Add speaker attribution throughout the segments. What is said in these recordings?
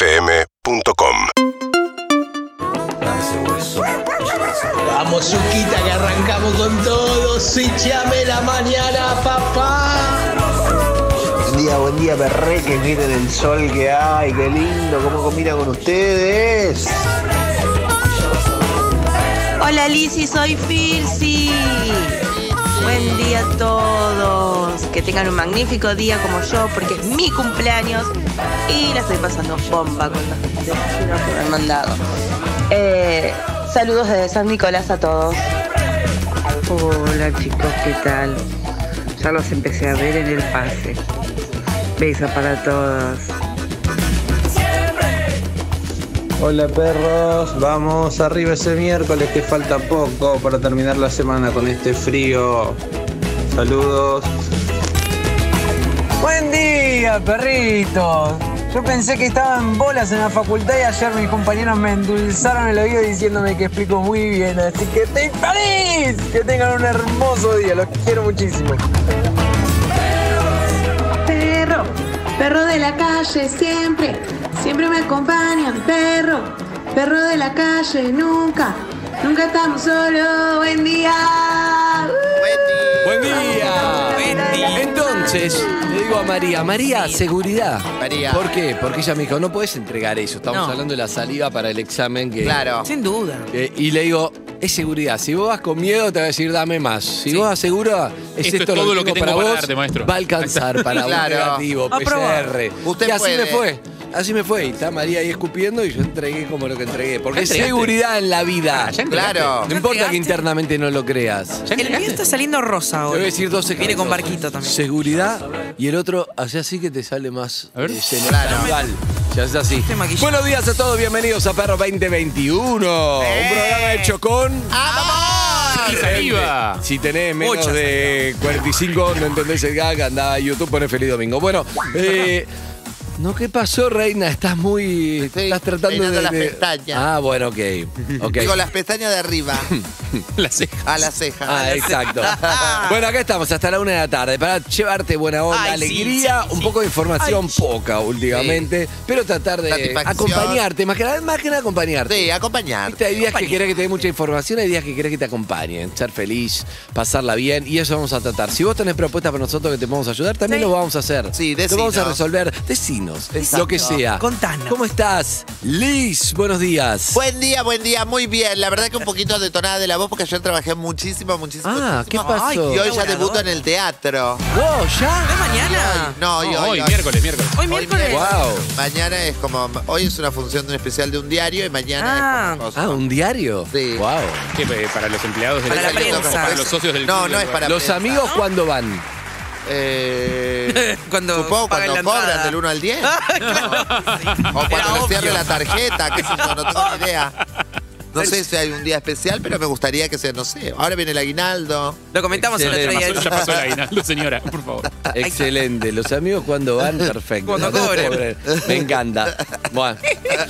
Speaker 1: UrbanaPlayFM.com
Speaker 2: Vamos, Suquita, que arrancamos con todo. Échame la mañana, papá.
Speaker 3: Buen día, buen día, perreques, miren el sol que hay, qué lindo, cómo combina con ustedes.
Speaker 4: Hola Lisi, soy Filsi. Buen día a todos. Que tengan un magnífico día como yo, porque es mi cumpleaños y la estoy pasando bomba con los vecinos que me han mandado. Eh, saludos desde San Nicolás a todos.
Speaker 5: Hola chicos, ¿qué tal? Ya los empecé a ver en el pase. Besos para todos.
Speaker 6: Hola perros, vamos arriba ese miércoles que falta poco para terminar la semana con este frío. Saludos.
Speaker 7: Buen día, perritos. Yo pensé que estaba en bolas en la facultad y ayer mis compañeros me endulzaron el oído diciéndome que explico muy bien. Así que estoy feliz. Que tengan un hermoso día. Los quiero muchísimo.
Speaker 8: Perro, perro de la calle siempre, siempre me acompañan. Perro, perro de la calle nunca, nunca estamos solos. Buen día.
Speaker 9: Buen día. Entonces, le digo a María, María, seguridad.
Speaker 10: María.
Speaker 9: ¿Por qué? Porque ella me dijo, no puedes entregar eso. Estamos
Speaker 10: No.
Speaker 9: hablando de la saliva para el examen que.
Speaker 10: Claro.
Speaker 4: Sin duda.
Speaker 9: que- y le digo, es seguridad. Si vos vas con miedo, te va a decir, dame más. Si
Speaker 10: Sí.
Speaker 9: vos aseguras, es
Speaker 11: Esto es
Speaker 9: esto,
Speaker 11: todo lo que tengo
Speaker 9: para
Speaker 11: para
Speaker 9: vos,
Speaker 11: darte, maestro.
Speaker 9: Va a alcanzar para
Speaker 10: Claro.
Speaker 9: un negativo,
Speaker 4: Aprobado.
Speaker 9: PCR.
Speaker 10: Usted
Speaker 9: y así
Speaker 10: puede.
Speaker 9: me fue. Así me fue. Y está María ahí escupiendo y yo entregué como lo que entregué. Porque es
Speaker 11: entregaste?
Speaker 9: seguridad en la vida.
Speaker 11: Ah, ya entregaste.
Speaker 10: Claro.
Speaker 9: No importa que internamente no lo creas.
Speaker 11: ¿Ya entregaste?
Speaker 4: saliendo rosa
Speaker 9: Te voy a decir dos secretos.
Speaker 4: Viene con barquito también.
Speaker 9: Seguridad y el otro, hace así que te sale más
Speaker 11: A ver.
Speaker 9: eh, sensual. Ya es así.
Speaker 4: Te maquillo.
Speaker 9: Buenos días a todos, bienvenidos a Perro 2021. Un programa hecho con.
Speaker 11: Y saliva.
Speaker 9: Si tenés menos
Speaker 4: Mucha
Speaker 9: de 45, no entendés el gag, andá a YouTube, poné feliz domingo. Bueno, eh, No, ¿qué pasó, Reina? Estás muy.
Speaker 10: Estoy
Speaker 9: estás tratando
Speaker 10: peinando
Speaker 9: de.
Speaker 10: las
Speaker 9: de-
Speaker 10: pestañas.
Speaker 9: Ah, bueno, ok. ok.
Speaker 10: Digo, las pestañas de arriba
Speaker 11: La ceja.
Speaker 10: a la ceja.
Speaker 9: Ah, exacto. bueno, acá estamos hasta la una de la tarde para llevarte buena onda,
Speaker 4: Ay, sí,
Speaker 9: alegría,
Speaker 4: sí,
Speaker 9: un
Speaker 4: sí.
Speaker 9: poco de información poca últimamente, pero tratar de
Speaker 10: Satisfacción.
Speaker 9: acompañarte, más que nada, más que nada acompañarte.
Speaker 10: Sí, acompañar.
Speaker 9: Viste, hay días que querés que te dé mucha información, hay días que querés que te acompañen, ser feliz, pasarla bien, y eso vamos a tratar. Si vos tenés propuestas para nosotros que te podemos ayudar, también
Speaker 4: Sí.
Speaker 9: lo vamos a hacer.
Speaker 10: Sí,
Speaker 9: Lo vamos a
Speaker 10: decinos.
Speaker 9: resolver. Decinos,
Speaker 10: Exacto.
Speaker 9: lo que sea.
Speaker 4: Contanos.
Speaker 9: ¿Cómo estás? Liz, buenos días.
Speaker 10: Buen día, buen día, muy bien. La verdad que un poquito detonada de la voz porque ayer trabajé muchísimo, muchísimo.
Speaker 9: Ah, ¿qué
Speaker 10: muchísimo.
Speaker 9: pasó?
Speaker 10: Ay, y hoy ya debuto en el teatro.
Speaker 9: Wow, ya.
Speaker 4: mañana?
Speaker 10: No, y
Speaker 11: No,
Speaker 10: hoy,
Speaker 11: hoy,
Speaker 10: hoy.
Speaker 11: miércoles, miércoles.
Speaker 4: Hoy
Speaker 9: Wow.
Speaker 10: Mañana es como. Hoy es una función de un especial de un diario y mañana
Speaker 4: Ah.
Speaker 10: es como. cosa.
Speaker 9: Ah, un diario.
Speaker 10: Sí.
Speaker 9: Wow.
Speaker 11: ¿Qué, eh, para los empleados del
Speaker 4: Para la
Speaker 11: club?
Speaker 4: prensa.
Speaker 11: Para los socios del
Speaker 10: No,
Speaker 11: club.
Speaker 10: no es para-
Speaker 9: ¿Los
Speaker 10: prensa,
Speaker 9: amigos cuándo van?
Speaker 10: Eh,
Speaker 4: Cuando
Speaker 10: supongo
Speaker 4: pagan
Speaker 10: cuando
Speaker 4: la
Speaker 10: cobran
Speaker 4: entrada.
Speaker 10: del 1 al 10. O
Speaker 4: Era
Speaker 10: cuando
Speaker 4: obvio.
Speaker 10: les cierre la tarjeta, qué sé yo, no tengo ni idea. No sé si hay un día especial, pero me gustaría que sea, no sé. Ahora viene el aguinaldo.
Speaker 4: Lo comentamos el otro
Speaker 11: Ya
Speaker 4: día.
Speaker 11: pasó, ya pasó el aguinaldo, señora, por favor.
Speaker 9: Excelente. Los amigos cuando van, perfecto.
Speaker 4: Cuando
Speaker 9: No,
Speaker 4: cobren.
Speaker 9: cobren. Me encanta. Bueno,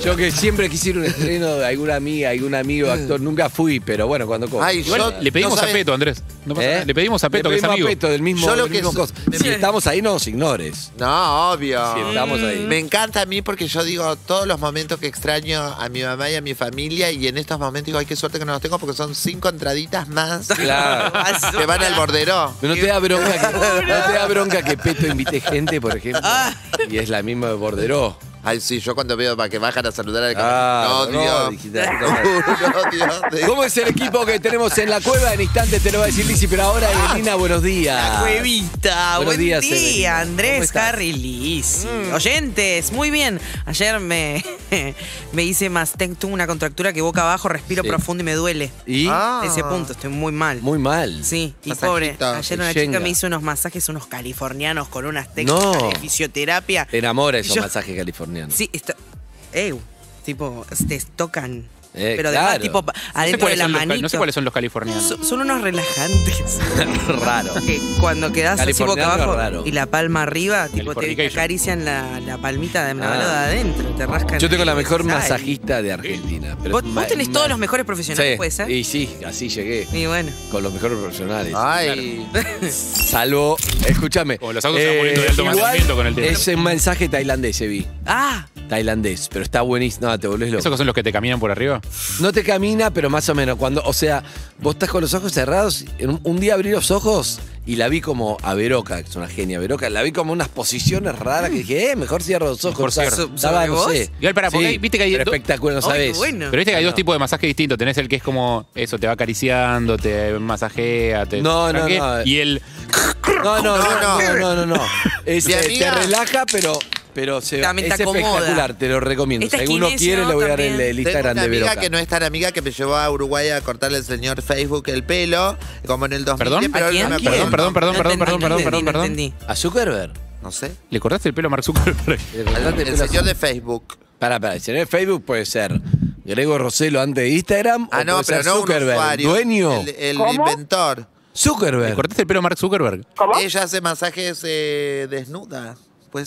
Speaker 9: yo que siempre quise ir a un estreno de alguna amiga, algún amigo, actor, nunca fui, pero bueno, cuando cobren.
Speaker 10: Ay,
Speaker 11: Igual
Speaker 10: yo-
Speaker 11: le pedimos
Speaker 10: no
Speaker 11: a
Speaker 10: sabes-
Speaker 11: Peto, Andrés. No pasa
Speaker 9: ¿Eh?
Speaker 11: nada. Le pedimos a Peto, que
Speaker 9: Le
Speaker 11: es
Speaker 9: pedimos
Speaker 11: amigo.
Speaker 9: a Peto del mismo,
Speaker 10: Yo lo
Speaker 9: del
Speaker 10: que
Speaker 9: mismo
Speaker 10: so-
Speaker 9: coso. Si estamos ahí, no nos ignores.
Speaker 10: No, obvio.
Speaker 9: Si estamos ahí.
Speaker 10: Me encanta a mí porque yo digo todos los momentos que extraño a mi mamá y a mi familia y en estos momentos digo, ay, qué suerte que no los tengo porque son cinco entraditas más
Speaker 9: Claro.
Speaker 10: que van al bordero.
Speaker 9: Pero no te da bronca que, no te da bronca que Peto invite gente, por ejemplo.
Speaker 10: Ah.
Speaker 9: Y es la misma de Borderó.
Speaker 10: Ay, sí, yo cuando veo para que bajan a saludar al
Speaker 9: Ah,
Speaker 10: no, Dios.
Speaker 9: digital.
Speaker 10: No, Dios.
Speaker 9: ¿Cómo es el equipo que tenemos en la cueva? En instantes te lo va a decir Lizzy, pero ahora Evelina, buenos días.
Speaker 5: Cuevita,
Speaker 9: Ah, Buenos
Speaker 5: buen
Speaker 9: días, Evelina.
Speaker 5: día,
Speaker 9: ¿Cómo
Speaker 5: Andrés,
Speaker 9: estás? Mm.
Speaker 5: Harry, Liz. Oyentes, muy bien. Ayer me, me hice más, tengo una contractura que boca abajo, respiro
Speaker 9: Sí.
Speaker 5: profundo y me duele.
Speaker 9: Y
Speaker 10: Ah.
Speaker 5: Ese punto, estoy muy mal.
Speaker 9: muy mal.
Speaker 5: Sí, y
Speaker 10: Masajito.
Speaker 5: pobre. Ayer una
Speaker 9: Shenga.
Speaker 5: chica me hizo unos masajes, unos californianos con unas técnicas
Speaker 9: No.
Speaker 5: de fisioterapia.
Speaker 9: Te enamora esos
Speaker 5: Yo-
Speaker 9: masajes californianos.
Speaker 5: Sí, está. Ew. Tipo, te tocan.
Speaker 9: Eh,
Speaker 12: pero además,
Speaker 9: claro.
Speaker 12: tipo, pa-
Speaker 11: sé
Speaker 12: adentro de
Speaker 11: cuáles
Speaker 12: la
Speaker 11: son los ca-
Speaker 12: manito.
Speaker 11: no sé cuáles son los californianos.
Speaker 12: Son, son unos relajantes.
Speaker 9: Raro.
Speaker 12: Que cuando quedas así boca
Speaker 9: Californiano
Speaker 12: abajo
Speaker 9: raro.
Speaker 12: y la palma arriba, tipo, te acarician la, la palmita de la
Speaker 9: Ah.
Speaker 12: mano de adentro, te rascan.
Speaker 9: Yo tengo la
Speaker 12: ahí,
Speaker 9: mejor
Speaker 12: ¿sabes?
Speaker 9: masajista de Argentina. pero
Speaker 12: Vos,
Speaker 9: ma-
Speaker 12: vos tenés
Speaker 9: ma-
Speaker 12: todos los mejores profesionales,
Speaker 9: Sí,
Speaker 12: puede ser.
Speaker 9: Y sí, así llegué.
Speaker 12: Y bueno.
Speaker 9: Con los mejores profesionales.
Speaker 10: Ay.
Speaker 9: Salvo, escúchame.
Speaker 11: Oh,
Speaker 9: eh,
Speaker 11: los autos se van poniendo de alto
Speaker 9: igual
Speaker 11: mantenimiento con el tema.
Speaker 9: Es un mensaje tailandés, se vi.
Speaker 12: Ah,
Speaker 9: Tailandés, pero está buenísimo. No, te volvés loco.
Speaker 11: ¿Esos que son los que te caminan por arriba?
Speaker 9: No te camina, pero más o menos. Cuando, o sea, vos estás con los ojos cerrados. en un, un día abrí los ojos y la vi como a Veroca, que es una genia Veroca. La vi como unas posiciones raras que dije, eh, mejor cierro los ojos.
Speaker 11: Por
Speaker 9: Estaba-
Speaker 11: cierto.
Speaker 9: estaba, no sé.
Speaker 11: Igual para, porque
Speaker 9: Sí,
Speaker 11: hay- viste que hay
Speaker 9: pero
Speaker 11: do-
Speaker 9: espectacular, Ah, no sabes.
Speaker 11: Pero viste que hay dos tipos de masajes distintos. Tenés el que es como eso, te va acariciando, te masajea, te.
Speaker 9: No, no,
Speaker 11: ¿sabes qué?
Speaker 9: no.
Speaker 11: Y el.
Speaker 9: No, no, no, no, no, no, no. Es-
Speaker 11: Mi
Speaker 9: eh, te
Speaker 11: amiga.
Speaker 9: relaja, pero, pero se,
Speaker 10: También te
Speaker 9: es
Speaker 10: acomoda.
Speaker 9: espectacular, te lo recomiendo.
Speaker 10: Esta
Speaker 9: si alguno
Speaker 10: kinesio
Speaker 9: quiere, le voy a dar el,
Speaker 10: también.
Speaker 9: el Instagram
Speaker 10: Tengo una
Speaker 9: de
Speaker 10: amiga
Speaker 9: Veroca.
Speaker 10: que no es tan amiga que me llevó a Uruguay a cortarle al señor Facebook el pelo, como en el 2000.
Speaker 11: ¿Perdón?
Speaker 10: Pero
Speaker 11: ¿A
Speaker 10: no
Speaker 11: quién?
Speaker 10: me
Speaker 11: ¿A quién?
Speaker 10: acuerdo.
Speaker 11: Perdón, perdón,
Speaker 10: No
Speaker 11: perdón,
Speaker 10: entendí,
Speaker 11: perdón, perdón,
Speaker 10: no
Speaker 11: perdón,
Speaker 10: entendí,
Speaker 11: perdón.
Speaker 9: ¿A Zuckerberg?
Speaker 10: No sé.
Speaker 11: ¿Le cortaste el pelo a Mark Zuckerberg?
Speaker 10: El, el señor de Facebook.
Speaker 9: Pará, pará, el señor de Facebook puede ser Grego Roselo antes de Instagram
Speaker 10: Ah,
Speaker 9: o
Speaker 10: no,
Speaker 9: puede
Speaker 10: pero
Speaker 9: ser
Speaker 10: no un
Speaker 9: Oh, pues Zuckerberg,
Speaker 10: usuario.
Speaker 9: dueño.
Speaker 10: El, el inventor.
Speaker 9: Zuckerberg.
Speaker 11: ¿Le cortaste el pelo a Mark Zuckerberg?
Speaker 10: Ella hace masajes eh, desnuda. Pues,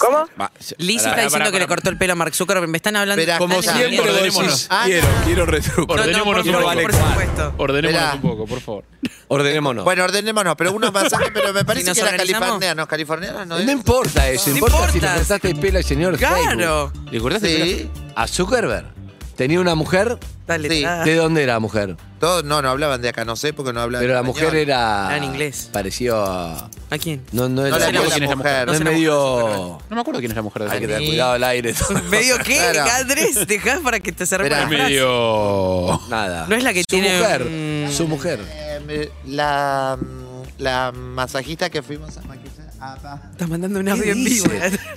Speaker 12: Lizzie está diciendo que le cortó el pelo a Mark Zuckerberg. Me están hablando
Speaker 10: Pero
Speaker 12: Como
Speaker 10: acá- siempre
Speaker 12: de
Speaker 10: vos decís,
Speaker 12: Ah,
Speaker 9: quiero, quiero retruco.
Speaker 11: Ordenémonos
Speaker 9: No,
Speaker 11: un
Speaker 9: no,
Speaker 11: poco.
Speaker 9: por
Speaker 11: por favor.
Speaker 9: favor,
Speaker 11: Ordenémonos
Speaker 10: Mirá.
Speaker 11: un poco, por favor.
Speaker 9: Ordenémonos.
Speaker 10: Bueno, ordenémonos, pero unos masajes, pero me parece
Speaker 12: nos
Speaker 10: que era
Speaker 12: organizamos.
Speaker 10: californianos. Californianos no
Speaker 9: No, importa eso,
Speaker 10: eh, No
Speaker 9: importa, si le
Speaker 10: importa.
Speaker 9: cortaste el pelo al señor de
Speaker 10: Claro.
Speaker 9: Facebook.
Speaker 11: ¿Le cortaste
Speaker 10: el
Speaker 9: el pelo? A Zuckerberg. Tenía una mujer.
Speaker 10: Sí. ah.
Speaker 9: ¿De dónde era la mujer?
Speaker 10: Todos no, no hablaban de acá, no sé porque no hablaban.
Speaker 9: Pero la mujer era.
Speaker 10: Era en inglés.
Speaker 9: Pareció a.
Speaker 12: ¿A quién?
Speaker 9: No, no era.
Speaker 10: No sé la
Speaker 9: no
Speaker 10: quién es la mujer.
Speaker 9: es
Speaker 10: No sé la
Speaker 9: medio.
Speaker 11: No me acuerdo quién es la mujer de
Speaker 9: Hay que tener
Speaker 11: Zuckerberg.
Speaker 9: cuidado al aire.
Speaker 12: ¿Medio qué?
Speaker 9: Claro.
Speaker 12: Andrés, dejás para que te sirva la
Speaker 9: Esperá. Es
Speaker 12: frase.
Speaker 11: medio.
Speaker 9: Nada.
Speaker 12: No es la que
Speaker 9: Su
Speaker 12: tiene
Speaker 9: mujer.
Speaker 12: un-
Speaker 9: Su mujer.
Speaker 10: Eh, La, mm, la masajista que fuimos a maquillar. Ah, pa.
Speaker 12: Estás mandando un audio en vivo.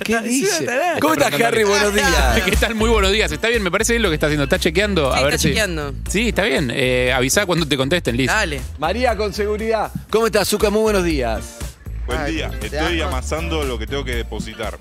Speaker 9: ¿Qué
Speaker 12: dice?
Speaker 9: ¿Cómo estás, Harry? Buenos días.
Speaker 11: ¿Qué tal? Muy buenos días. Está bien, me parece bien lo que está haciendo. Está chequeando. a
Speaker 12: Sí,
Speaker 11: ver
Speaker 12: está
Speaker 11: si-
Speaker 12: chequeando.
Speaker 11: Sí, está bien. Eh, avisá cuando te contesten, Liz.
Speaker 12: Dale.
Speaker 9: María, con seguridad. ¿Cómo estás, Zuka? Muy buenos días.
Speaker 13: Buen día, estoy amasando lo que tengo que depositar.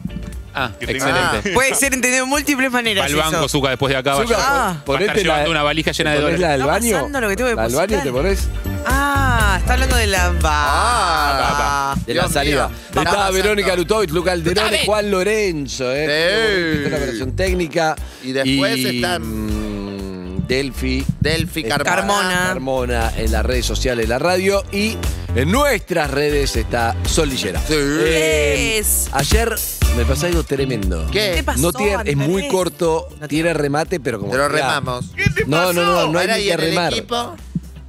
Speaker 11: Ah,
Speaker 13: Que tengo-
Speaker 11: excelente.
Speaker 12: Puede ser entendido de múltiples maneras.
Speaker 11: Va al banco, Zuka, después de acá.
Speaker 9: Zucca,
Speaker 11: vaya.
Speaker 9: pon-
Speaker 11: va a estar
Speaker 9: ponete la-
Speaker 11: llevando una valija llena de
Speaker 9: ¿Te
Speaker 11: dólares.
Speaker 9: ponés la del baño?
Speaker 12: Ah. pasando lo que tengo que
Speaker 9: ¿La del baño
Speaker 12: depositar.
Speaker 9: te pones?
Speaker 12: Ah, está hablando de la.
Speaker 9: Ah,
Speaker 12: Ah,
Speaker 9: De la salida. Estaba Verónica Lutovic, Luca Alderón,
Speaker 12: Lutovic.
Speaker 9: Juan Lorenzo, ¿eh? Está La operación técnica.
Speaker 10: Y después
Speaker 9: están. Delphi.
Speaker 10: Delphi,
Speaker 9: está
Speaker 10: Carmona.
Speaker 9: Carmona en las redes sociales, la radio y en nuestras redes está Sol Lillera. Eh,
Speaker 12: Es.
Speaker 9: ayer me pasó algo tremendo.
Speaker 10: ¿Qué? ¿Qué pasó,
Speaker 9: No tiene, es
Speaker 10: Andrés?
Speaker 9: muy corto, tiene remate, pero como.
Speaker 10: Te lo
Speaker 9: que da-
Speaker 10: remamos.
Speaker 9: No, no, no, no hay
Speaker 10: Ahora,
Speaker 9: ni
Speaker 10: ¿y
Speaker 9: que
Speaker 10: en el
Speaker 9: remar.
Speaker 10: equipo?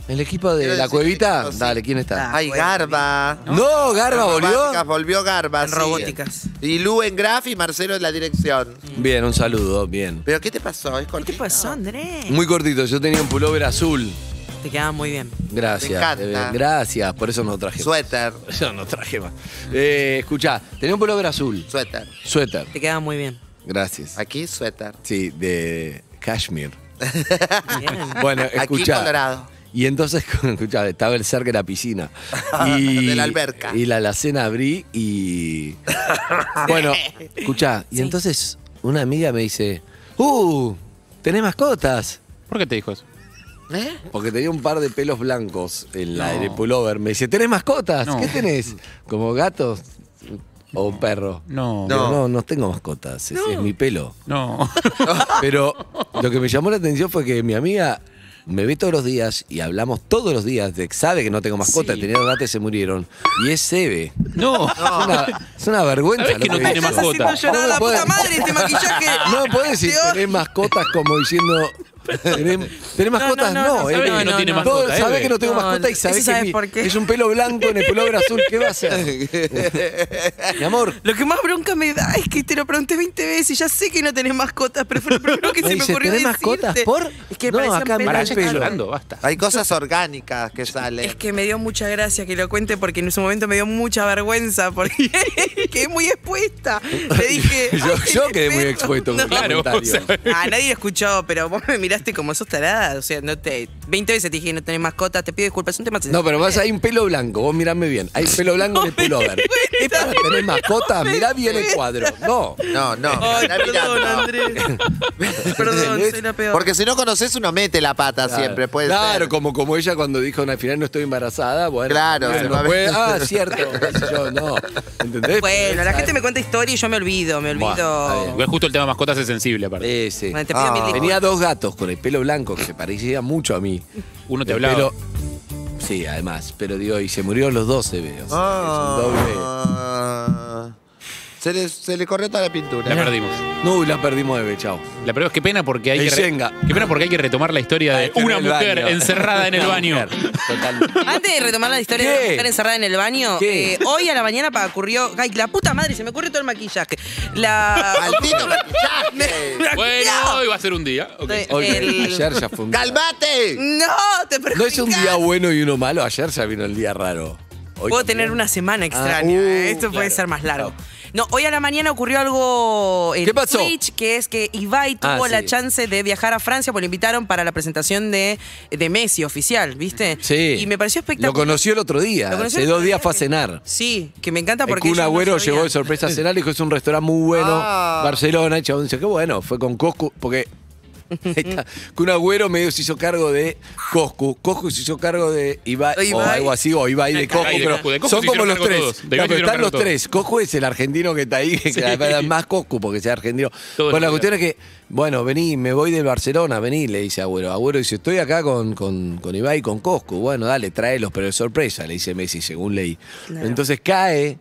Speaker 9: ¿El equipo de la cuevita? Dale, ¿quién está?
Speaker 10: Ay, Garba.
Speaker 9: No, Garba
Speaker 10: En
Speaker 9: volvió.
Speaker 10: robóticas, Volvió Garba.
Speaker 12: En
Speaker 10: sí.
Speaker 12: robóticas.
Speaker 10: Y Lu en Graf y Marcelo en la dirección.
Speaker 9: Bien, un saludo, bien.
Speaker 10: ¿Pero qué te pasó? ¿Es cortito?
Speaker 12: ¿Qué pasó, Andrés?
Speaker 9: Muy cortito, yo tenía un pullover azul.
Speaker 12: Te quedaba muy bien.
Speaker 9: Gracias.
Speaker 12: Me encanta.
Speaker 9: eh, bien, Gracias, por eso no traje más.
Speaker 10: Suéter.
Speaker 9: Por eso no traje más. Eh, escuchá, tenía un pullover azul.
Speaker 10: Suéter.
Speaker 9: Suéter,
Speaker 12: Te quedaba muy bien.
Speaker 9: gracias.
Speaker 10: Aquí, suéter.
Speaker 9: Sí, de cashmere.
Speaker 12: Bien.
Speaker 9: Bueno,
Speaker 10: Ah, Aquí,
Speaker 9: escuchá.
Speaker 10: Colorado.
Speaker 9: Y entonces, escuchá, estaba el cerca de la piscina. Y,
Speaker 10: De la alberca.
Speaker 9: Y la alacena abrí y... Bueno, escuchá, y entonces una amiga me dice, ¡Uh! ¿Tenés mascotas?
Speaker 11: ¿Por qué te dijo eso?
Speaker 10: ¿Eh?
Speaker 9: Porque tenía un par de pelos blancos en, la,
Speaker 11: No.
Speaker 9: en el pullover. Me dice, ¿tenés mascotas?
Speaker 11: No.
Speaker 9: ¿Qué tenés? ¿Como gatos o un perro?
Speaker 11: No.
Speaker 9: Digo, No. no, tengo mascotas. Ese es mi pelo.
Speaker 11: No.
Speaker 9: Pero lo que me llamó la atención fue que mi amiga me ve todos los días y hablamos todos los días. De, sabe que no tengo mascotas, tenía dos gatos y se murieron. Y es Sebe.
Speaker 11: No.
Speaker 9: Es, una, es una vergüenza.
Speaker 11: Sabés que no tiene
Speaker 9: hizo.
Speaker 11: mascota. Estás haciendo llorar a la
Speaker 9: No podés-
Speaker 11: puta madre este maquillaje.
Speaker 9: No puedes decir tenés mascotas como diciendo. Tenés, tenés mascotas,
Speaker 12: no,
Speaker 9: no.
Speaker 12: no,
Speaker 9: eh.
Speaker 12: sabés que no tiene
Speaker 9: Todo-
Speaker 12: mascota, eh,
Speaker 9: Sabés
Speaker 12: bebé.
Speaker 9: que no tengo
Speaker 12: No,
Speaker 9: mascota y
Speaker 12: eso
Speaker 9: sabés que
Speaker 12: sabés
Speaker 9: mi-
Speaker 12: por qué.
Speaker 9: es un pelo blanco en el pullover azul. ¿Qué va a hacer? mi amor.
Speaker 12: Lo que más bronca me da es que te lo pregunté 20 veces y ya sé que no tenés mascotas, pero fue lo primero que
Speaker 9: Me
Speaker 12: se me
Speaker 9: dice,
Speaker 12: ocurrió
Speaker 9: ¿tenés
Speaker 12: decirte.
Speaker 9: mascotas por?
Speaker 12: Es que
Speaker 9: No,
Speaker 12: parecían
Speaker 9: acá me
Speaker 12: pelos.
Speaker 9: da el pelo.
Speaker 11: basta.
Speaker 10: Hay cosas orgánicas que salen.
Speaker 12: Es que me dio mucha gracia que lo cuente porque en su momento me dio mucha vergüenza porque quedé muy expuesta. Le dije,
Speaker 9: Yo, yo quedé muy expuesto con
Speaker 12: No.
Speaker 9: el comentario.
Speaker 12: ah, nadie lo escuchó, pero vos me miraste como sos tarada. O sea, no te. 20 veces te dije no tenés mascota, te pido disculpas. Es un tema
Speaker 9: No, pero vas, hay un pelo blanco, vos mirame bien. Hay pelo blanco en el pullover. ¿Es para tener mascota? Mirá bien el cuadro. No.
Speaker 10: No, no.
Speaker 12: Ay,
Speaker 10: Andá mirando.
Speaker 12: perdón, Andrés. perdón, soy la peor.
Speaker 10: Porque si no conoces, uno mete la pata
Speaker 9: Claro.
Speaker 10: siempre. Puede
Speaker 9: Claro, como, como ella cuando dijo al final no estoy embarazada, bueno.
Speaker 10: Claro,
Speaker 9: bueno,
Speaker 10: se va a ver.
Speaker 9: puede- ah, cierto. qué sé yo, no. ¿Entendés?
Speaker 12: Bueno, la gente me cuenta historia y yo me olvido, me olvido.
Speaker 11: Igual justo el tema de mascotas es sensible, aparte.
Speaker 9: Sí, sí.
Speaker 12: Bueno, te pido mil disculpas.
Speaker 9: Tenía dos gatos con el pelo blanco que se parecía mucho a mí.
Speaker 11: Uno te
Speaker 9: El
Speaker 11: hablaba.
Speaker 9: pelo- sí, además. Pero digo, y se murió a los 12, veo. o sea, es un doble.
Speaker 10: Ah. se, le, se le corrió toda la pintura.
Speaker 11: La perdimos.
Speaker 9: No, la perdimos de chao.
Speaker 11: La perdimos. Qué pena porque hay
Speaker 9: El
Speaker 11: que. re-
Speaker 9: Shenga.
Speaker 11: Qué pena porque hay que retomar la historia de
Speaker 9: Enferma
Speaker 11: una
Speaker 9: el
Speaker 11: mujer
Speaker 9: baño.
Speaker 11: encerrada en el
Speaker 9: Una
Speaker 11: baño.
Speaker 9: mujer, Total.
Speaker 12: Antes de retomar la historia de
Speaker 9: ¿Qué?
Speaker 12: la mujer encerrada en el baño,
Speaker 9: ¿Qué?
Speaker 12: eh, hoy a la mañana pa- ocurrió. Ay, la puta madre, se me ocurre todo el maquillaje. La.
Speaker 10: ¡Maldito maquillaje!
Speaker 11: Bueno, hoy va a ser un día. Ok.
Speaker 12: Eh,
Speaker 9: Hoy,
Speaker 12: el-
Speaker 9: ayer ya fue un día.
Speaker 10: ¡Calmate!
Speaker 12: No, te perjudicás.
Speaker 9: No es un día bueno y uno malo, ayer ya vino el día raro. Hoy
Speaker 12: Puedo
Speaker 9: también.
Speaker 12: tener una semana extraña.
Speaker 9: Ah, uh,
Speaker 12: eh, Esto puede
Speaker 9: claro,
Speaker 12: ser más largo. No, hoy a la mañana ocurrió algo en
Speaker 9: ¿Qué pasó?
Speaker 12: Twitch, que es que Ibai
Speaker 9: Ah,
Speaker 12: tuvo
Speaker 9: sí.
Speaker 12: la chance de viajar a Francia, porque lo invitaron para la presentación de, de Messi oficial, ¿viste?
Speaker 9: Sí.
Speaker 12: Y me pareció
Speaker 9: Lo
Speaker 12: espectacular.
Speaker 9: conoció el otro día.
Speaker 12: Lo conoció
Speaker 9: Hace
Speaker 12: el
Speaker 9: dos
Speaker 12: otro
Speaker 9: días fue a cenar.
Speaker 12: Sí, que me encanta
Speaker 9: El
Speaker 12: porque. yo
Speaker 9: Kun
Speaker 12: no
Speaker 9: Agüero
Speaker 12: sabía.
Speaker 9: llegó de sorpresa a cenar, dijo es un restaurante muy bueno,
Speaker 10: Ah.
Speaker 9: Barcelona, y el chabón dice, qué bueno, fue con Coscu, porque ahí está, Kun Agüero medio se hizo cargo de Coscu, Coscu se hizo cargo de Ibai,
Speaker 12: De
Speaker 9: o
Speaker 12: Ibai.
Speaker 9: algo así, o Ibai de Coscu,
Speaker 11: Ibai de
Speaker 9: pero
Speaker 11: Coscu, de Coscu
Speaker 9: son
Speaker 11: se
Speaker 9: como
Speaker 11: hicieron
Speaker 9: los
Speaker 11: cargo
Speaker 9: tres,
Speaker 11: todos, de
Speaker 9: No,
Speaker 11: Ibai se
Speaker 9: pero
Speaker 11: hicieron
Speaker 9: están
Speaker 11: cargo
Speaker 9: los
Speaker 11: todos.
Speaker 9: tres, Coscu es el argentino que está ahí, que
Speaker 11: Sí.
Speaker 9: la verdad es más Coscu porque sea argentino.
Speaker 11: Todo
Speaker 9: bueno, la
Speaker 11: el
Speaker 9: cuestión es que, bueno, vení, me voy del Barcelona, vení, le dice Agüero, Agüero dice, estoy acá con, con, con Ibai, y con Coscu, bueno, dale, tráelos, pero es sorpresa, le dice Messi, según leí. Entonces cae...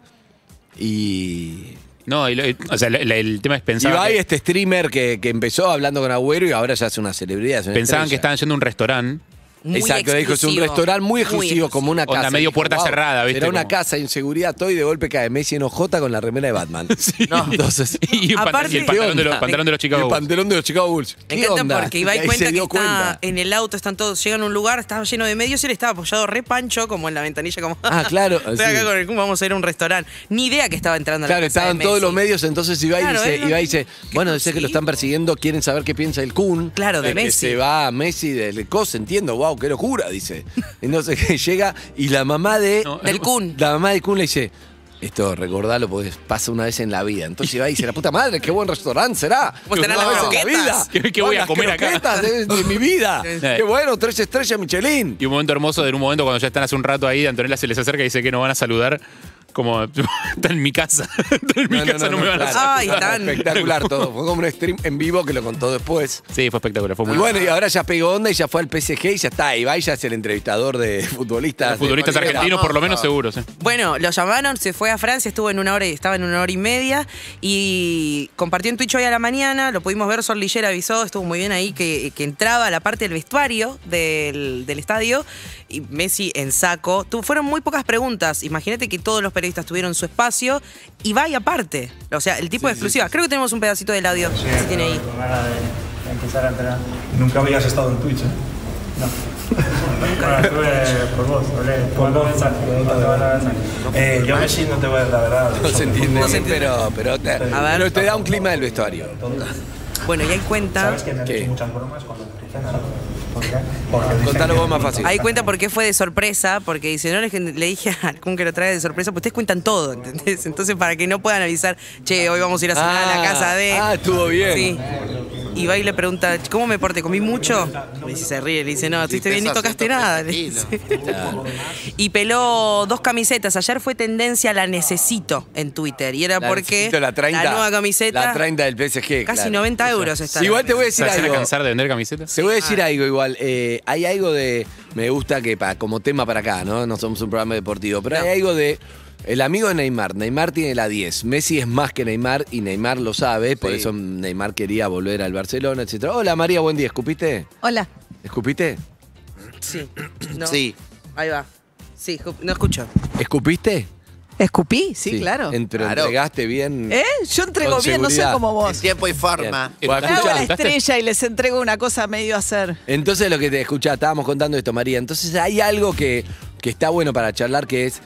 Speaker 9: Y.
Speaker 11: No, y lo- y- o sea, la- la- el tema es pensar.
Speaker 9: Ibai, este streamer que, que empezó hablando con Agüero y ahora ya es una celebridad. es una
Speaker 11: Pensaban que
Speaker 9: estrella.
Speaker 11: estaban yendo a un restaurante.
Speaker 12: Muy
Speaker 9: Exacto, dijo, es un
Speaker 12: exclusivo.
Speaker 9: restaurante muy exclusivo, como una
Speaker 11: Onda,
Speaker 9: casa.
Speaker 11: medio
Speaker 9: Dijo,
Speaker 11: puerta
Speaker 9: "Wow,
Speaker 11: cerrada", ¿viste?
Speaker 9: Era una
Speaker 11: Como-
Speaker 9: casa, inseguridad, todo, y de golpe cae Messi en OJ con la remera de Batman. No, Entonces,
Speaker 11: Y, un pantalón-
Speaker 12: Aparte-
Speaker 11: y el pantalón de los,
Speaker 9: ¿Qué onda?
Speaker 11: pantalón de los
Speaker 9: el
Speaker 11: Chicago Bulls.
Speaker 9: pantalón de los Chicago Bulls.
Speaker 12: Me
Speaker 9: ¿Qué
Speaker 12: encanta
Speaker 9: onda?
Speaker 12: porque
Speaker 9: Y
Speaker 12: Ibai
Speaker 9: ahí
Speaker 12: cuenta
Speaker 9: se
Speaker 12: que
Speaker 9: dio
Speaker 12: está
Speaker 9: cuenta.
Speaker 12: en el auto, están todos, llegan a un lugar, estaba lleno de medios y él estaba apoyado re pancho, como en la ventanilla, como.
Speaker 9: Ah, claro,
Speaker 12: Estoy
Speaker 9: sí.
Speaker 12: acá con el cum, vamos a ir a un restaurante. Ni idea que estaba entrando a la
Speaker 9: Claro,
Speaker 12: casa de
Speaker 9: estaban todos
Speaker 12: Messi.
Speaker 9: los medios, entonces Ibai
Speaker 12: Claro,
Speaker 9: dice,
Speaker 12: es lo
Speaker 9: Ibai
Speaker 12: que-
Speaker 9: dice, bueno, dice que lo están persiguiendo, quieren saber qué piensa el Kun.
Speaker 12: Claro, de
Speaker 9: Eh, que
Speaker 12: Messi.
Speaker 9: Se va a Messi del COS, entiendo, wow, qué locura, dice. Entonces que llega y la mamá de...
Speaker 11: No,
Speaker 12: Del Kun.
Speaker 9: La mamá de Kun le dice, esto recordalo porque pasa una vez en la vida. Entonces Ibai dice, la puta madre, qué buen restaurante será.
Speaker 12: ¿Cómo estarán
Speaker 9: Una
Speaker 12: las
Speaker 9: vez en la vida.
Speaker 12: croquetas?
Speaker 11: ¿Qué- qué voy a
Speaker 9: Las
Speaker 11: comer acá?"
Speaker 9: croquetas De, de mi vida.
Speaker 11: Eh.
Speaker 9: qué bueno, tres estrellas Michelin.
Speaker 11: Y un momento hermoso de en un momento cuando ya están hace un rato ahí, Antonella se les acerca y dice que no van a saludar. Como, están en mi casa. Están en mi casa, no, me van a
Speaker 9: claro.
Speaker 11: saludar.
Speaker 12: Ay, tan-
Speaker 9: Espectacular todo. Fue como un stream en vivo que lo contó después.
Speaker 11: Sí, fue espectacular. Fue muy
Speaker 9: Y bueno, y ahora ya pegó onda y ya fue al PSG y ya está. Ibai ya es el entrevistador de futbolistas.
Speaker 11: Los futbolistas
Speaker 9: de-
Speaker 11: argentinos, por lo menos, seguros. eh.
Speaker 12: Bueno, lo llamaron, se fue a Francia, estuvo en una hora y estaba en una hora y media y compartió en Twitch hoy a la mañana, lo pudimos ver, Sol Lillera avisó, estuvo muy bien ahí, que, que entraba a la parte del vestuario del, del estadio y Messi en saco. Tu- fueron muy pocas preguntas, imagínate que todos los periodistas tuvieron su espacio y va y aparte, o sea, el tipo de exclusiva. Creo que tenemos un pedacito del audio, que se tiene ahí.
Speaker 14: empezar a entrenar. Nunca habías estado en Twitch, ¿eh? No. Bueno, estuve por vos, hablé, por vos, mensaje, no te mandaba mensaje. Eh, yo Messi no te voy a la verdad.
Speaker 9: No se entiende,
Speaker 12: No se
Speaker 9: bien,
Speaker 12: entiende.
Speaker 9: pero, pero, te,
Speaker 12: ver.
Speaker 9: pero te da un clima del vestuario.
Speaker 12: Bueno, y ahí cuenta...
Speaker 14: Sabes que me han hecho muchas bromas cuando te dicen algo. ¿Por qué? Porque dicen
Speaker 9: Contalo
Speaker 14: que-
Speaker 9: vos más fácil.
Speaker 12: Ahí cuenta por qué fue de sorpresa, porque dice, no le, le dije a Kun que lo trae de sorpresa, pues ustedes cuentan todo, ¿entendés? Entonces, para que no puedan avisar, che, hoy vamos a ir a cenar a la casa de.
Speaker 9: Ah, estuvo bien.
Speaker 12: Sí. Y va y le pregunta, ¿cómo me porté? ¿Comí mucho? Le dice, se ríe, le dice,
Speaker 9: Ah,
Speaker 12: no, estuviste bien, ni
Speaker 10: Peso
Speaker 12: tocaste nada. Le
Speaker 10: 130
Speaker 12: dice.
Speaker 10: kilos.
Speaker 12: Y peló dos camisetas. Ayer fue tendencia la necesito en Twitter. Y era
Speaker 9: La
Speaker 12: porque
Speaker 9: necesito, la, 30,
Speaker 12: nueva camiseta.
Speaker 9: La 30 del
Speaker 12: Casi
Speaker 9: PSG. claro.
Speaker 12: 90 euros está.
Speaker 9: Igual te voy a decir
Speaker 11: ¿Se van a
Speaker 9: algo.
Speaker 11: cansar de vender camisetas?
Speaker 9: Te voy a decir algo igual. eh, hay algo de. Me gusta que pa- como tema para acá, ¿no? No somos un programa deportivo, pero hay algo de. El amigo de Neymar, Neymar tiene la 10. Messi es más que Neymar y Neymar lo sabe, por
Speaker 10: Sí.
Speaker 9: eso Neymar quería volver al Barcelona, etc. Hola María, buen día. ¿Escupiste?
Speaker 12: Hola.
Speaker 9: ¿Escupiste?
Speaker 12: Sí. No.
Speaker 10: Sí.
Speaker 12: Ahí va. Sí, ju- no escucho.
Speaker 9: ¿Escupiste?
Speaker 15: Escupí, sí, claro.
Speaker 9: En- pero
Speaker 10: Claro.
Speaker 9: entregaste bien.
Speaker 15: ¿Eh? Yo entrego
Speaker 9: Con
Speaker 15: bien, no soy
Speaker 9: seguridad.
Speaker 15: como
Speaker 10: En
Speaker 15: vos.
Speaker 10: tiempo y
Speaker 9: Bien.
Speaker 10: forma.
Speaker 9: Bueno,
Speaker 15: Me
Speaker 12: Ah,
Speaker 15: hago la
Speaker 9: escuchá.
Speaker 15: estrella y les entrego una cosa medio a hacer.
Speaker 9: Entonces lo que te escuchaba, estábamos contando esto, María. Entonces hay algo que, que está bueno para charlar que es.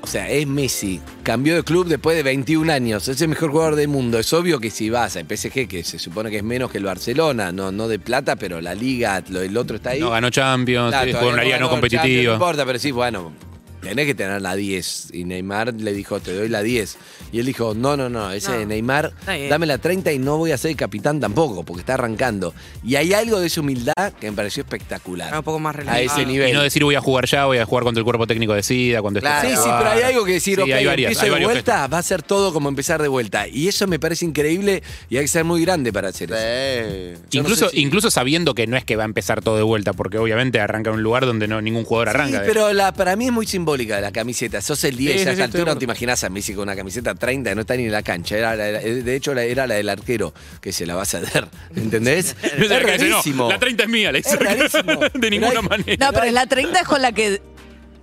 Speaker 9: o sea, es Messi. Cambió de club después de 21 años. Es el mejor jugador del mundo. Es obvio que si vas al PSG, que se supone que es menos que el Barcelona, no, no de plata, pero la liga, lo, el otro está ahí.
Speaker 11: No ganó Champions,
Speaker 9: Claro,
Speaker 11: sí,
Speaker 9: todavía
Speaker 11: jugó en una liga no
Speaker 9: ganó Champions, No
Speaker 11: competitiva.
Speaker 9: importa, pero sí, bueno, tenés que tener la 10. Y Neymar le dijo, te doy la 10. Y él dijo, no, no, no, ese
Speaker 12: No,
Speaker 9: de Neymar,
Speaker 12: está bien.
Speaker 9: dame la 30 y no voy a ser el capitán tampoco, porque está arrancando. Y hay algo de esa humildad que me pareció espectacular.
Speaker 12: un Ah, poco más
Speaker 9: a
Speaker 12: relajado.
Speaker 9: ese nivel.
Speaker 11: Y no decir voy a jugar ya, voy a jugar cuando el cuerpo técnico decida, cuando esté
Speaker 9: Sí, Ah, sí,
Speaker 11: acabado.
Speaker 9: pero hay algo que decir,
Speaker 11: Sí,
Speaker 9: ok,
Speaker 11: hay varias,
Speaker 9: empiezo
Speaker 11: hay
Speaker 9: de
Speaker 11: varios
Speaker 9: vuelta, va a ser todo como empezar de vuelta. Y eso me parece increíble y hay que ser muy grande para hacer
Speaker 10: eso.
Speaker 11: gestos. Incluso, incluso sabiendo que no es que va a empezar todo de vuelta, porque obviamente arranca en un lugar donde no, ningún jugador arranca.
Speaker 9: Sí, pero la, para mí es muy simbólica la camiseta. Sos el 10,
Speaker 11: Sí, sí,
Speaker 9: a
Speaker 11: sí,
Speaker 9: esta
Speaker 11: estoy de
Speaker 9: altura no
Speaker 11: acuerdo.
Speaker 9: te imaginas a Messi con una camiseta 30 que no está ni en la cancha. Era la- la- de hecho, la- era la del arquero que se la va a ceder. ¿Entendés?
Speaker 11: No se
Speaker 9: es
Speaker 11: la cae, dice, no,
Speaker 9: rarísimo.
Speaker 11: la 30 es mía, le hizo. De ninguna manera.
Speaker 15: No, pero es la 30 es con la que.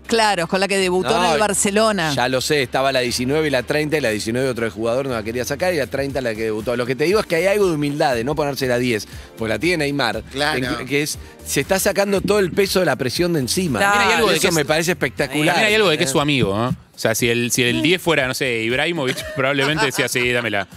Speaker 15: Claro, es con la que debutó en
Speaker 9: No,
Speaker 15: el Barcelona.
Speaker 9: Ya lo sé, estaba la 19 y la 30, y la 19 otro jugador no la quería sacar, y la 30 la que debutó. Lo que te digo es que hay algo de humildad de no ponerse la 10, pues la tiene Neymar,
Speaker 10: Claro.
Speaker 9: en- que es, se está sacando todo el peso de la presión de encima.
Speaker 11: Claro. También hay algo de
Speaker 9: Eso
Speaker 11: que es-
Speaker 9: me parece
Speaker 11: También
Speaker 9: espectacular.
Speaker 11: hay algo de que es su amigo, ¿no? O sea, si el, si el 10 fuera, no sé, Ibrahimovic, probablemente decía, sí, dámela.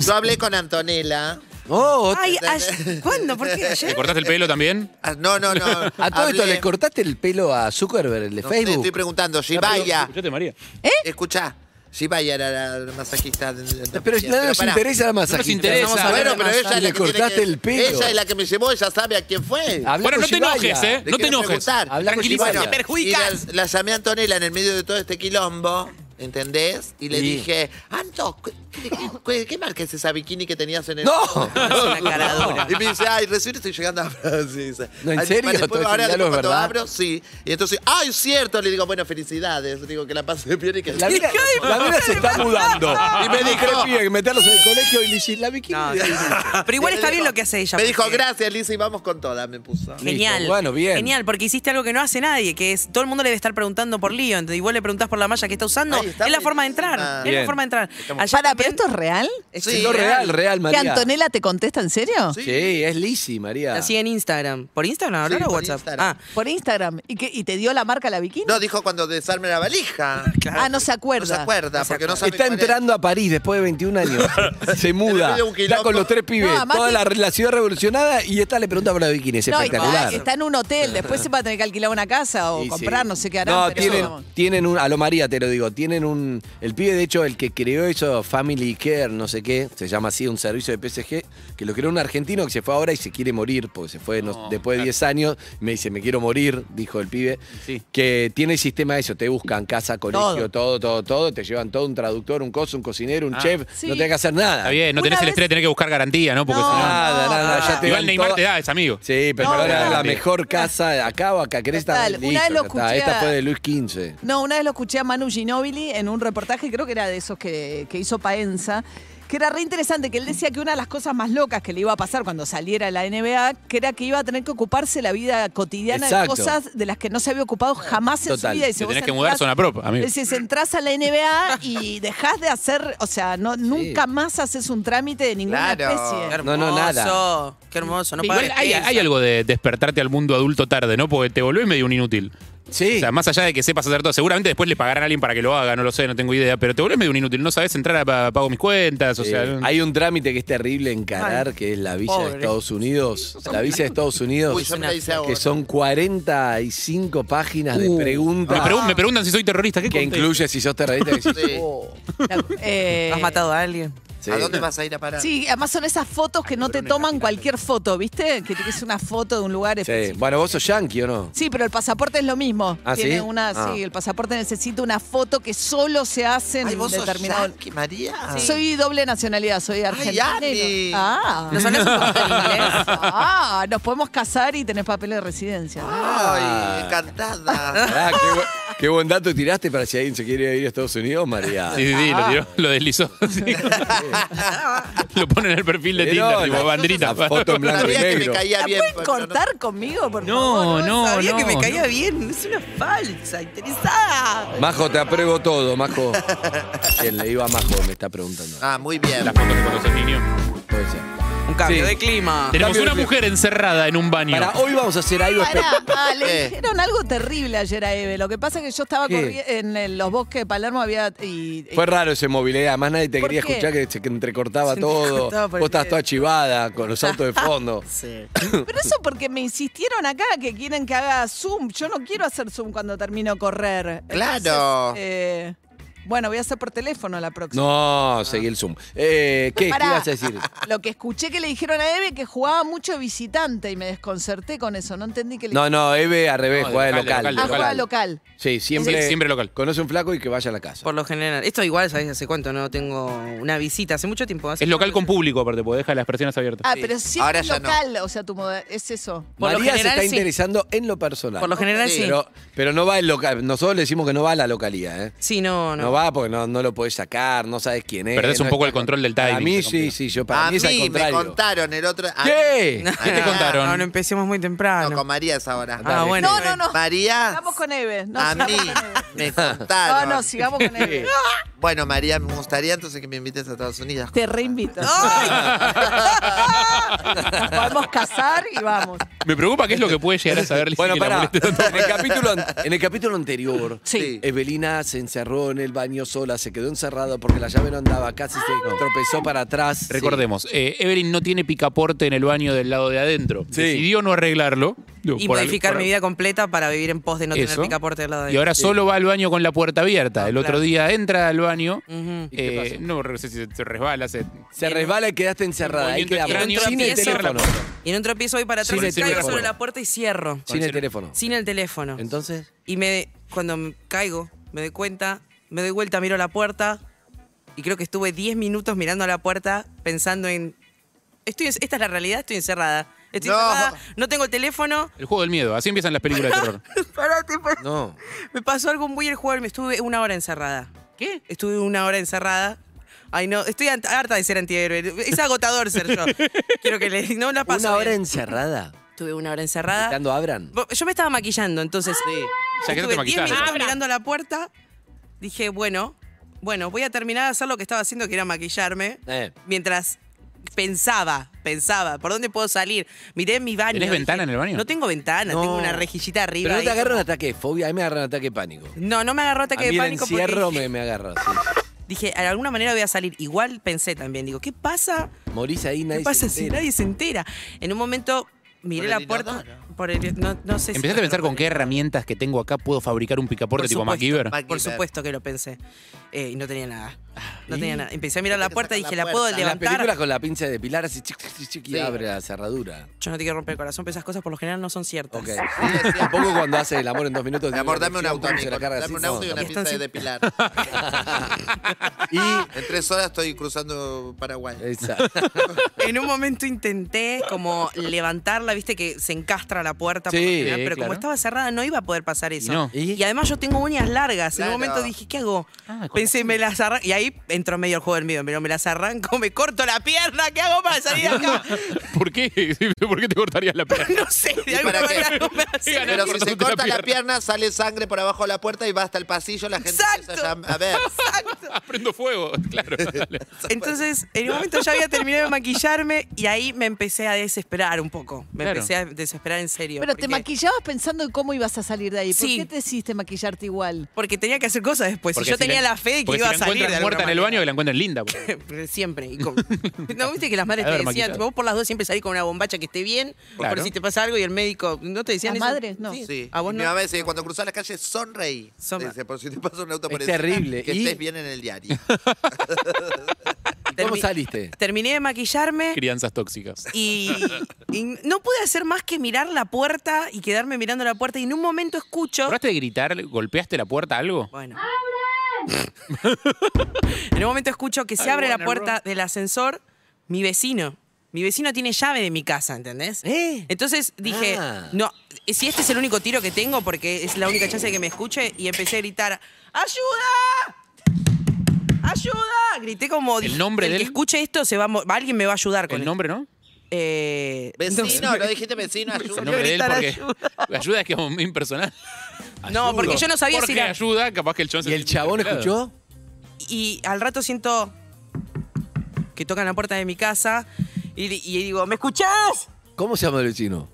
Speaker 10: Yo hablé con Antonella.
Speaker 9: Oh,
Speaker 12: Ay, ay, ¿cuándo? ¿Por qué
Speaker 11: ¿Te
Speaker 12: ayer?
Speaker 11: cortaste el pelo también?
Speaker 10: Ah, No, no, no.
Speaker 9: A todo esto,
Speaker 10: Hablé-
Speaker 9: ¿le cortaste el pelo a Zuckerberg, el de
Speaker 10: no sé,
Speaker 9: Facebook?
Speaker 10: estoy preguntando, Shibaya.
Speaker 11: Escuchate, María.
Speaker 15: ¿Eh?
Speaker 10: Escuchá. Shibaya era la- la masajista. de- de- de-
Speaker 9: Eh, Pero no nos
Speaker 10: pará.
Speaker 9: interesa la masajista. Estamos hablando
Speaker 10: Bueno,
Speaker 9: de
Speaker 10: pero ella es
Speaker 9: masajista.
Speaker 10: la
Speaker 9: Le
Speaker 10: que tiene
Speaker 9: cortaste
Speaker 10: que-
Speaker 9: el pelo.
Speaker 10: Ella es la que me llevó, ella sabe a quién fue.
Speaker 9: Hablá
Speaker 11: Bueno,
Speaker 9: con
Speaker 11: no te
Speaker 9: Shibaya.
Speaker 11: enojes, ¿eh?
Speaker 10: Le
Speaker 11: No te
Speaker 10: quiero
Speaker 11: enojes.
Speaker 10: preguntar.
Speaker 9: Hablá con
Speaker 10: Tranquilízate.
Speaker 9: Shibaya.
Speaker 10: Y la, la llamé a Antonella en el medio de todo este quilombo, ¿entendés? Y le
Speaker 9: Sí.
Speaker 10: dije, Anto, ¿qué, qué, qué- qué marca es esa bikini que tenías en el...
Speaker 9: ¡No!
Speaker 12: Es una caradura.
Speaker 10: Y me dice, ay, recién estoy llegando a Francia.
Speaker 9: No, ¿en
Speaker 10: Ay,
Speaker 9: serio?
Speaker 10: después-
Speaker 9: Todo ese diálogo
Speaker 10: ahora después
Speaker 9: es
Speaker 10: cuando
Speaker 9: verdad.
Speaker 10: abro, sí. Y entonces, ay, cierto, le digo, bueno, felicidades. Le digo, que la pases bien y que...
Speaker 9: La mina, la mina se está mudando. Y me dije, pibe, que meterlos en el colegio y le dije, la bikini.
Speaker 12: No,
Speaker 9: de-
Speaker 12: sí, sí. Pero igual
Speaker 10: Me
Speaker 12: está bien
Speaker 10: dijo-
Speaker 12: lo que hace ella.
Speaker 10: Me dijo,
Speaker 12: porque-
Speaker 10: gracias, Lizzy, vamos con toda, me puso.
Speaker 12: Genial.
Speaker 9: Listo, bueno, bien.
Speaker 12: Genial, porque hiciste algo que no hace nadie, que es todo el mundo le debe estar preguntando por lío. Entonces, y vos le preguntás por la malla que está usando.
Speaker 10: Ay, está
Speaker 12: es la forma de
Speaker 10: buenísima.
Speaker 12: entrar. Es
Speaker 9: Bien.
Speaker 12: la forma de entrar. Allá
Speaker 15: Para, ¿pero
Speaker 12: también-
Speaker 15: esto es real?
Speaker 12: es
Speaker 10: Sí,
Speaker 9: No, real, real,
Speaker 15: ¿Que
Speaker 9: María.
Speaker 15: Antonella te contesta en serio?
Speaker 9: Sí, es Lizzy, María.
Speaker 12: La sigue en Instagram. ¿Por Instagram ahora
Speaker 10: Sí,
Speaker 12: o
Speaker 10: por
Speaker 12: WhatsApp?
Speaker 10: Instagram.
Speaker 12: Ah,
Speaker 15: Por Instagram. ¿Y, qué- y te dio la marca la bikini?
Speaker 10: No, dijo cuando desarme la valija.
Speaker 15: Ah, no se
Speaker 10: No se
Speaker 15: acuerda.
Speaker 10: acuerda, porque no sabe
Speaker 9: Está
Speaker 10: cuál es.
Speaker 9: entrando a París después de 21 años. Se muda.
Speaker 10: medio de un
Speaker 9: Está con
Speaker 10: quilombo.
Speaker 9: los tres pibes.
Speaker 15: No, además
Speaker 9: toda
Speaker 15: que-
Speaker 9: la, la ciudad revolucionada y esta le pregunta por la bikini. Es
Speaker 15: No, y
Speaker 9: espectacular.
Speaker 15: está, está en un hotel, después se va a tener que alquilar una casa o
Speaker 9: Y sí.
Speaker 15: comprar, no sé qué harán.
Speaker 9: No,
Speaker 15: pero
Speaker 9: tienen,
Speaker 15: vamos.
Speaker 9: tienen un. A lo María te lo digo. Tienen un. El pibe, de hecho, el que creó eso, Family Care, no sé qué, se llama así, un servicio de PSG, que lo creó un argentino que se fue ahora y se quiere morir, porque se fue no-
Speaker 11: No,
Speaker 9: después
Speaker 11: claro.
Speaker 9: de 10 años. y Me dice, me quiero morir, dijo el pibe.
Speaker 11: Sí.
Speaker 9: Que tiene el sistema de eso, te buscan casa, colegio, todo, todo, todo, te llevan todo, un traductor, un coso, un cocinero, un
Speaker 11: Ah.
Speaker 9: chef,
Speaker 15: Sí.
Speaker 9: no tenés que hacer nada.
Speaker 11: Está bien, no
Speaker 15: Una
Speaker 11: tenés el
Speaker 15: vez-
Speaker 11: estrés de tener que buscar garantía, ¿no? Porque
Speaker 15: No.
Speaker 11: si no.
Speaker 9: Nada, nada, ya te
Speaker 11: Igual
Speaker 9: dan
Speaker 11: Neymar
Speaker 9: toda-
Speaker 11: te da, es amigo.
Speaker 9: Sí, pero
Speaker 15: No,
Speaker 9: ahora
Speaker 15: no,
Speaker 9: la
Speaker 15: no.
Speaker 9: mejor casa acá o acá, querés estar
Speaker 15: Total,
Speaker 9: listo,
Speaker 15: una vez lo
Speaker 9: ya está.
Speaker 15: escuché
Speaker 9: Esta
Speaker 15: a-
Speaker 9: fue de Luis XV.
Speaker 15: No, una vez lo escuché a Manu Ginóbili en un reportaje, creo que era de esos que, que hizo Paenza, que era re interesante, que él decía que una de las cosas más locas que le iba a pasar cuando saliera de la NBA, que era que iba a tener que ocuparse la vida cotidiana
Speaker 9: Exacto.
Speaker 15: de cosas de las que no se había ocupado jamás en
Speaker 9: Total.
Speaker 15: su vida. Y si
Speaker 11: Te
Speaker 15: vos
Speaker 11: tenés que
Speaker 15: entrás-
Speaker 11: mudar a zona prop, amigo.
Speaker 15: Es decir, entras a la NBA y dejás de hacer, o sea, no, nunca más haces un trámite de ninguna
Speaker 10: Claro.
Speaker 15: especie.
Speaker 12: qué
Speaker 9: No, no, nada.
Speaker 12: hermoso, Qué hermoso. No
Speaker 11: Igual
Speaker 12: pagues
Speaker 11: hay,
Speaker 12: pizza.
Speaker 11: hay algo de despertarte al mundo adulto tarde, ¿no? Porque te volvés medio un inútil.
Speaker 9: Sí.
Speaker 11: O sea, más allá de que sepas hacer todo, seguramente después le pagarán a alguien para que lo haga, no lo sé, no tengo idea, pero te volvés medio un inútil, no sabes entrar a pa- pago mis cuentas, o
Speaker 9: Sí.
Speaker 11: sea,
Speaker 9: hay un trámite que es terrible encarar, que es la visa de
Speaker 12: pobre.
Speaker 9: Estados Unidos. La visa de Estados Unidos,
Speaker 10: Uy, yo me la hice ahora.
Speaker 9: que son 45 páginas de
Speaker 11: me,
Speaker 9: preguntas
Speaker 11: pregun- me preguntan si soy terrorista, ¿qué
Speaker 9: que
Speaker 11: contesto?
Speaker 9: incluye si sos terrorista. que decís,
Speaker 10: Sí.
Speaker 9: oh,
Speaker 15: La- eh,
Speaker 12: ¿Has matado a alguien?
Speaker 9: sí.
Speaker 10: ¿A dónde vas a ir a parar?
Speaker 15: Sí, además son esas fotos que no te toman cualquier foto, ¿viste? Que es una foto de un lugar
Speaker 9: Sí.
Speaker 15: específico.
Speaker 9: Bueno, vos sos yankee o no?
Speaker 15: Sí, pero el pasaporte es lo mismo.
Speaker 9: ¿Ah,
Speaker 15: Tiene
Speaker 9: sí?
Speaker 15: una,
Speaker 9: Ah.
Speaker 15: sí, el pasaporte necesita una foto que solo se hace en
Speaker 10: Ay, vos sos Ah.
Speaker 15: determinado.
Speaker 10: yankee, María.
Speaker 15: Soy doble nacionalidad, soy argentina. y no-
Speaker 10: Ale.
Speaker 15: ah.
Speaker 12: ¿Nos hablas un poquito en inglés?
Speaker 15: ah, nos podemos casar y tenés papel de residencia.
Speaker 10: Ah, Ay, encantada.
Speaker 9: Pará, Ah, qué, bu- qué buen dato tiraste para si alguien se quiere ir a Estados Unidos, María.
Speaker 11: Sí, sí, sí, lo, tiró, lo deslizó. sí. lo pone en el perfil de
Speaker 9: Pero
Speaker 11: Tinder,
Speaker 9: la-
Speaker 11: tipo banderita.
Speaker 9: la foto en blanco y
Speaker 10: Sabía que me
Speaker 9: negro.
Speaker 10: caía
Speaker 15: ¿La
Speaker 10: bien.
Speaker 15: pueden
Speaker 10: pero no-
Speaker 15: cortar conmigo, por
Speaker 11: No,
Speaker 15: favor?
Speaker 11: no,
Speaker 12: Sabía
Speaker 11: no.
Speaker 12: que me caía
Speaker 11: no.
Speaker 12: bien. Es una falsa, interesada.
Speaker 9: Majo, te apruebo todo, Majo. ¿Quién le iba a Majo? Me está preguntando.
Speaker 10: Ah, muy bien.
Speaker 9: Ah,
Speaker 11: Las fotos de cuando sos niño.
Speaker 9: Puede ser.
Speaker 12: Un cambio
Speaker 11: Sí.
Speaker 12: de clima.
Speaker 11: Tenemos
Speaker 12: Cambio de
Speaker 11: una
Speaker 12: clima.
Speaker 11: mujer encerrada en un baño.
Speaker 9: Pará, hoy vamos a hacer algo
Speaker 15: Pará, ah, le
Speaker 9: Eh.
Speaker 15: dijeron algo terrible ayer a Eve. Lo que pasa es que yo estaba corri-
Speaker 9: ¿Qué?
Speaker 15: en el- los bosques de Palermo había y, y-
Speaker 9: Fue raro ese móvil, ¿eh? además nadie te
Speaker 15: ¿Por
Speaker 9: quería
Speaker 15: qué?
Speaker 9: escuchar que se que entrecortaba
Speaker 15: Se
Speaker 9: todo.
Speaker 15: entrecortaba por el
Speaker 9: Vos estabas
Speaker 15: medio.
Speaker 9: toda chivada con los autos de fondo.
Speaker 15: Pero eso porque me insistieron acá que quieren que haga Zoom. Yo no quiero hacer Zoom cuando termino correr.
Speaker 9: Claro.
Speaker 15: eh, bueno, voy a hacer por teléfono la próxima.
Speaker 9: No, seguí el Zoom. Eh, ¿qué, ¿Qué
Speaker 15: Pará.
Speaker 9: ibas a decir?
Speaker 15: Lo que escuché que le dijeron a Eve que jugaba mucho de visitante y me desconcerté con eso. No entendí que le
Speaker 9: No, no, Eve al revés,
Speaker 11: No,
Speaker 9: juega de
Speaker 11: local,
Speaker 9: local.
Speaker 15: Ah, juega local.
Speaker 9: Sí, siempre,
Speaker 12: Sí, siempre
Speaker 9: local. Conoce un flaco y que vaya a la casa.
Speaker 12: Por lo general. Esto igual, ¿sabes? Hace cuánto no tengo una visita. Hace mucho tiempo. hace-
Speaker 11: Es local con público, aparte, porque deja las personas abiertas.
Speaker 15: Ah, pero siempre es local, o sea, tu moda- es eso.
Speaker 12: Por lo
Speaker 9: María
Speaker 12: general,
Speaker 9: se está
Speaker 12: sí.
Speaker 9: interesando en lo personal.
Speaker 12: Por lo general, sí.
Speaker 9: Pero, pero no va el local. Nosotros le decimos que no va a la localía, ¿eh?
Speaker 12: Sí, no, no.
Speaker 9: No va porque no, no lo podés sacar, no sabes quién es.
Speaker 11: Perdés un
Speaker 9: no
Speaker 11: poco el
Speaker 9: está-
Speaker 11: control del
Speaker 9: Para
Speaker 11: timing,
Speaker 9: mí
Speaker 11: se
Speaker 9: sí,
Speaker 11: complica.
Speaker 9: sí, yo para
Speaker 10: A
Speaker 9: mí es al
Speaker 10: mí me
Speaker 9: contrario.
Speaker 10: contaron el otro.
Speaker 9: Ah,
Speaker 10: a-
Speaker 9: ¿Qué?
Speaker 10: ¿Qué te contaron?
Speaker 12: No, no empecemos muy temprano. Ah, No, con
Speaker 10: María es ahora.
Speaker 12: Ah, bueno.
Speaker 15: No, no, no.
Speaker 10: María.
Speaker 15: Vamos con Eve. No,
Speaker 10: A
Speaker 15: sigamos
Speaker 10: mí
Speaker 15: con Eve.
Speaker 10: me contaron.
Speaker 15: No, no, sigamos con Eve.
Speaker 10: Bueno, María, me gustaría entonces que me invites a Estados Unidos.
Speaker 15: Te reinvito. Nos podemos casar y vamos.
Speaker 11: Me preocupa qué es lo que puede llegar a saber
Speaker 9: Bueno,
Speaker 11: que la
Speaker 9: pará.
Speaker 11: moleste tanto.
Speaker 9: En el capítulo, an- en el capítulo anterior,
Speaker 15: Sí.
Speaker 9: Evelina se encerró en el baño sola, se quedó encerrada porque la llave no andaba, casi
Speaker 12: Ah.
Speaker 9: se tropezó para atrás.
Speaker 11: Recordemos, eh, Evelyn no tiene picaporte en el baño del lado de adentro.
Speaker 9: Sí.
Speaker 11: Decidió no arreglarlo. digo,
Speaker 12: Y
Speaker 11: por al-
Speaker 12: modificar
Speaker 11: por al-
Speaker 12: mi vida completa para vivir en pos de no
Speaker 11: Eso.
Speaker 12: tener picaporte al lado de
Speaker 11: Y ahora
Speaker 12: Sí.
Speaker 11: solo va al baño con la puerta abierta. el otro
Speaker 12: claro.
Speaker 11: día entra al baño.
Speaker 12: Ujú.
Speaker 11: eh, no re- sé si se- se resbala. Se,
Speaker 9: Se resbala y quedaste encerrada. Ahí
Speaker 11: Movimiento
Speaker 9: quedamos.
Speaker 11: extraño.
Speaker 9: Sin el
Speaker 11: Empieza a cerrar
Speaker 9: teléfono.
Speaker 11: la
Speaker 12: Y en un tropiezo voy para atrás
Speaker 9: Sin
Speaker 12: y
Speaker 9: el
Speaker 12: caigo
Speaker 9: teléfono.
Speaker 12: sobre la puerta y cierro.
Speaker 9: Sin el teléfono.
Speaker 12: Sin el teléfono.
Speaker 9: Entonces.
Speaker 12: Y me cuando me caigo, me doy cuenta, me doy vuelta, miro la puerta y creo que estuve 10 minutos mirando a la puerta pensando en estoy en- esta es la realidad, estoy encerrada. Estoy
Speaker 10: No.
Speaker 12: encerrada, no tengo el teléfono.
Speaker 11: El juego del miedo. Así empiezan las películas de terror.
Speaker 12: Pará, tipo,
Speaker 9: No.
Speaker 12: me pasó algo muy el juego, me estuve una hora encerrada. ¿Qué? Estuve una hora encerrada. Ay, no, estoy ant- harta de ser antihéroe. Es agotador ser yo. Quiero que le no la paso.
Speaker 9: Una hora
Speaker 12: bien. Ah.
Speaker 9: encerrada.
Speaker 12: Estuve una hora encerrada.
Speaker 9: Cuando abran.
Speaker 12: Bo- Yo me estaba maquillando, entonces. Sí.
Speaker 11: sea, que no te
Speaker 12: estuve 10
Speaker 11: maquillaste.
Speaker 12: minutos mirando a la puerta. Dije, bueno, bueno, voy a terminar de hacer lo que estaba haciendo, que era maquillarme.
Speaker 9: Eh.
Speaker 12: Mientras pensaba, pensaba, ¿por dónde puedo salir? Miré mi baño.
Speaker 11: ¿Tenés
Speaker 12: dije,
Speaker 11: ventana en el baño?
Speaker 12: No tengo ventana,
Speaker 9: No.
Speaker 12: tengo una rejillita arriba.
Speaker 9: Pero no
Speaker 12: ahí.
Speaker 9: te agarra un ataque de fobia, a mí me agarra un ataque de pánico.
Speaker 12: No, no me agarró
Speaker 9: A
Speaker 12: ataque
Speaker 9: mí
Speaker 12: de
Speaker 9: el
Speaker 12: pánico
Speaker 9: encierro
Speaker 12: porque
Speaker 9: me, me agarra. sí.
Speaker 12: dije, de alguna manera voy a salir. Igual pensé también, digo, ¿qué pasa?
Speaker 9: Morís ahí, nadie
Speaker 12: ¿Qué pasa
Speaker 9: se
Speaker 12: si
Speaker 9: entera.
Speaker 12: nadie se entera? En un momento miré
Speaker 10: Por
Speaker 12: la
Speaker 10: el
Speaker 12: puerta. Por el, no, no sé si-
Speaker 11: Empezaste a pensar con qué herramientas que tengo acá puedo fabricar un picaporte
Speaker 12: Por
Speaker 11: tipo
Speaker 12: supuesto,
Speaker 11: MacGyver.
Speaker 12: Por supuesto que lo pensé. Eh, y no tenía nada. No
Speaker 9: Ah, ¿Y?
Speaker 12: tenía nada. Empecé a mirar la puerta y dije, la, puedo
Speaker 9: En la
Speaker 12: levantar.
Speaker 9: película con la pinza de Pilar así chic, chic, chic, chic, y abre la cerradura.
Speaker 12: Yo no te quiero romper el corazón, pero esas cosas por lo general no son ciertas.
Speaker 9: Ok. Tampoco cuando hace el amor en dos minutos.
Speaker 10: Mi amor,
Speaker 9: tiene
Speaker 10: dame un
Speaker 9: erección,
Speaker 10: auto,
Speaker 9: porque
Speaker 10: amigo.
Speaker 9: se la carga
Speaker 10: Dame
Speaker 9: así,
Speaker 10: un auto
Speaker 9: no,
Speaker 10: y una
Speaker 9: tampoco.
Speaker 10: pinza de depilar.
Speaker 9: y Eh,
Speaker 10: en tres horas estoy cruzando Paraguay.
Speaker 9: Exacto.
Speaker 12: En un momento intenté como levantarla, viste que se encastra la puerta, por
Speaker 9: Sí,
Speaker 12: lo general,
Speaker 9: sí,
Speaker 12: pero
Speaker 9: claro.
Speaker 12: como estaba cerrada no iba a poder pasar eso.
Speaker 9: Y no.
Speaker 12: Y además yo tengo uñas largas. En
Speaker 10: Claro.
Speaker 12: un momento dije, ¿qué hago?
Speaker 9: Ah,
Speaker 12: Pensé, me las arranco. Y ahí entró medio el juego del miedo, pero me las arranco, me corto la pierna, ¿qué hago para salir de acá?
Speaker 11: ¿Por qué? ¿Por qué te cortarías la pierna?
Speaker 12: No sé, de alguna
Speaker 10: para qué?
Speaker 12: manera no me hace-
Speaker 10: Pero si se
Speaker 11: cortándote
Speaker 10: corta
Speaker 11: la
Speaker 10: la pierna, sale sangre por abajo de la puerta y va hasta el pasillo, la gente empieza a llam- a ver.
Speaker 11: Prendo fuego, claro. dale.
Speaker 12: Entonces, en un momento ya había terminado de maquillarme y ahí me empecé a desesperar un poco. Me
Speaker 11: Claro.
Speaker 12: empecé a desesperar en serio.
Speaker 15: Pero te
Speaker 12: porque-
Speaker 15: maquillabas pensando en cómo ibas a salir de ahí. ¿Por
Speaker 12: Sí.
Speaker 15: qué te hiciste maquillarte igual?
Speaker 12: Porque tenía que hacer cosas después.
Speaker 11: Porque
Speaker 12: y yo
Speaker 11: si
Speaker 12: tenía la, fe de que
Speaker 11: porque
Speaker 12: iba
Speaker 11: si
Speaker 12: a
Speaker 11: la
Speaker 12: salir de
Speaker 11: encuentran
Speaker 12: alguna
Speaker 11: muerta en el
Speaker 12: manera.
Speaker 11: baño, que la encuentran linda. porque-
Speaker 12: Siempre. y con- ¿No viste que las madres
Speaker 11: A
Speaker 12: te
Speaker 11: ver,
Speaker 12: decían,
Speaker 11: maquillado.
Speaker 12: vos por las dos siempre salís con una bombacha que esté bien,
Speaker 11: Claro.
Speaker 12: por si te pasa algo y el médico, ¿no te decían
Speaker 15: ¿Las
Speaker 12: eso?
Speaker 15: madres? No.
Speaker 10: Sí.
Speaker 12: ¿A Ah, vos
Speaker 10: Y
Speaker 12: no?
Speaker 10: Mi mamá dice, cuando cruzás la calle, sonreí.
Speaker 12: Sonre-
Speaker 10: Dice, por si te pasa un auto
Speaker 9: Es
Speaker 10: por encima,
Speaker 9: terrible.
Speaker 10: Que
Speaker 9: Y-
Speaker 10: estés bien en el diario.
Speaker 9: ¿Cómo
Speaker 12: Termi-
Speaker 9: saliste?
Speaker 12: Terminé de maquillarme
Speaker 11: Crianzas tóxicas.
Speaker 12: y, y no pude hacer más que mirar la puerta y quedarme mirando la puerta y en un momento escucho...
Speaker 11: ¿Probaste de gritar? ¿Golpeaste la puerta algo?
Speaker 12: Bueno. en un momento escucho que se abre la puerta del ascensor mi vecino. Mi vecino tiene llave de mi casa, ¿entendés?
Speaker 11: Eh.
Speaker 12: Entonces dije,
Speaker 9: Ah.
Speaker 12: no, si este es el único tiro que tengo, porque es la única chance de que me escuche, y empecé a gritar, ¡ayuda! ¡Ayuda! Grité como...
Speaker 11: ¿El nombre
Speaker 12: "El
Speaker 11: de
Speaker 12: que
Speaker 11: él?
Speaker 12: escuche esto, se va a mo- alguien me va a ayudar con
Speaker 11: ¿El
Speaker 12: esto".
Speaker 11: nombre, no?
Speaker 12: Eh,
Speaker 10: Vecino,
Speaker 12: no,
Speaker 10: no dijiste vecino, ayuda.
Speaker 11: El nombre de él
Speaker 12: gritar
Speaker 11: porque ayuda, es que es como impersonal.
Speaker 12: No, porque yo no sabía
Speaker 11: Porque
Speaker 12: si era...
Speaker 11: ayuda, capaz que el chon se
Speaker 9: ¿Y el chabón escuchó?
Speaker 12: y al rato siento que tocan la puerta de mi casa y Y, di- y digo, ¿me escuchás?
Speaker 9: ¿Cómo se llama el vecino?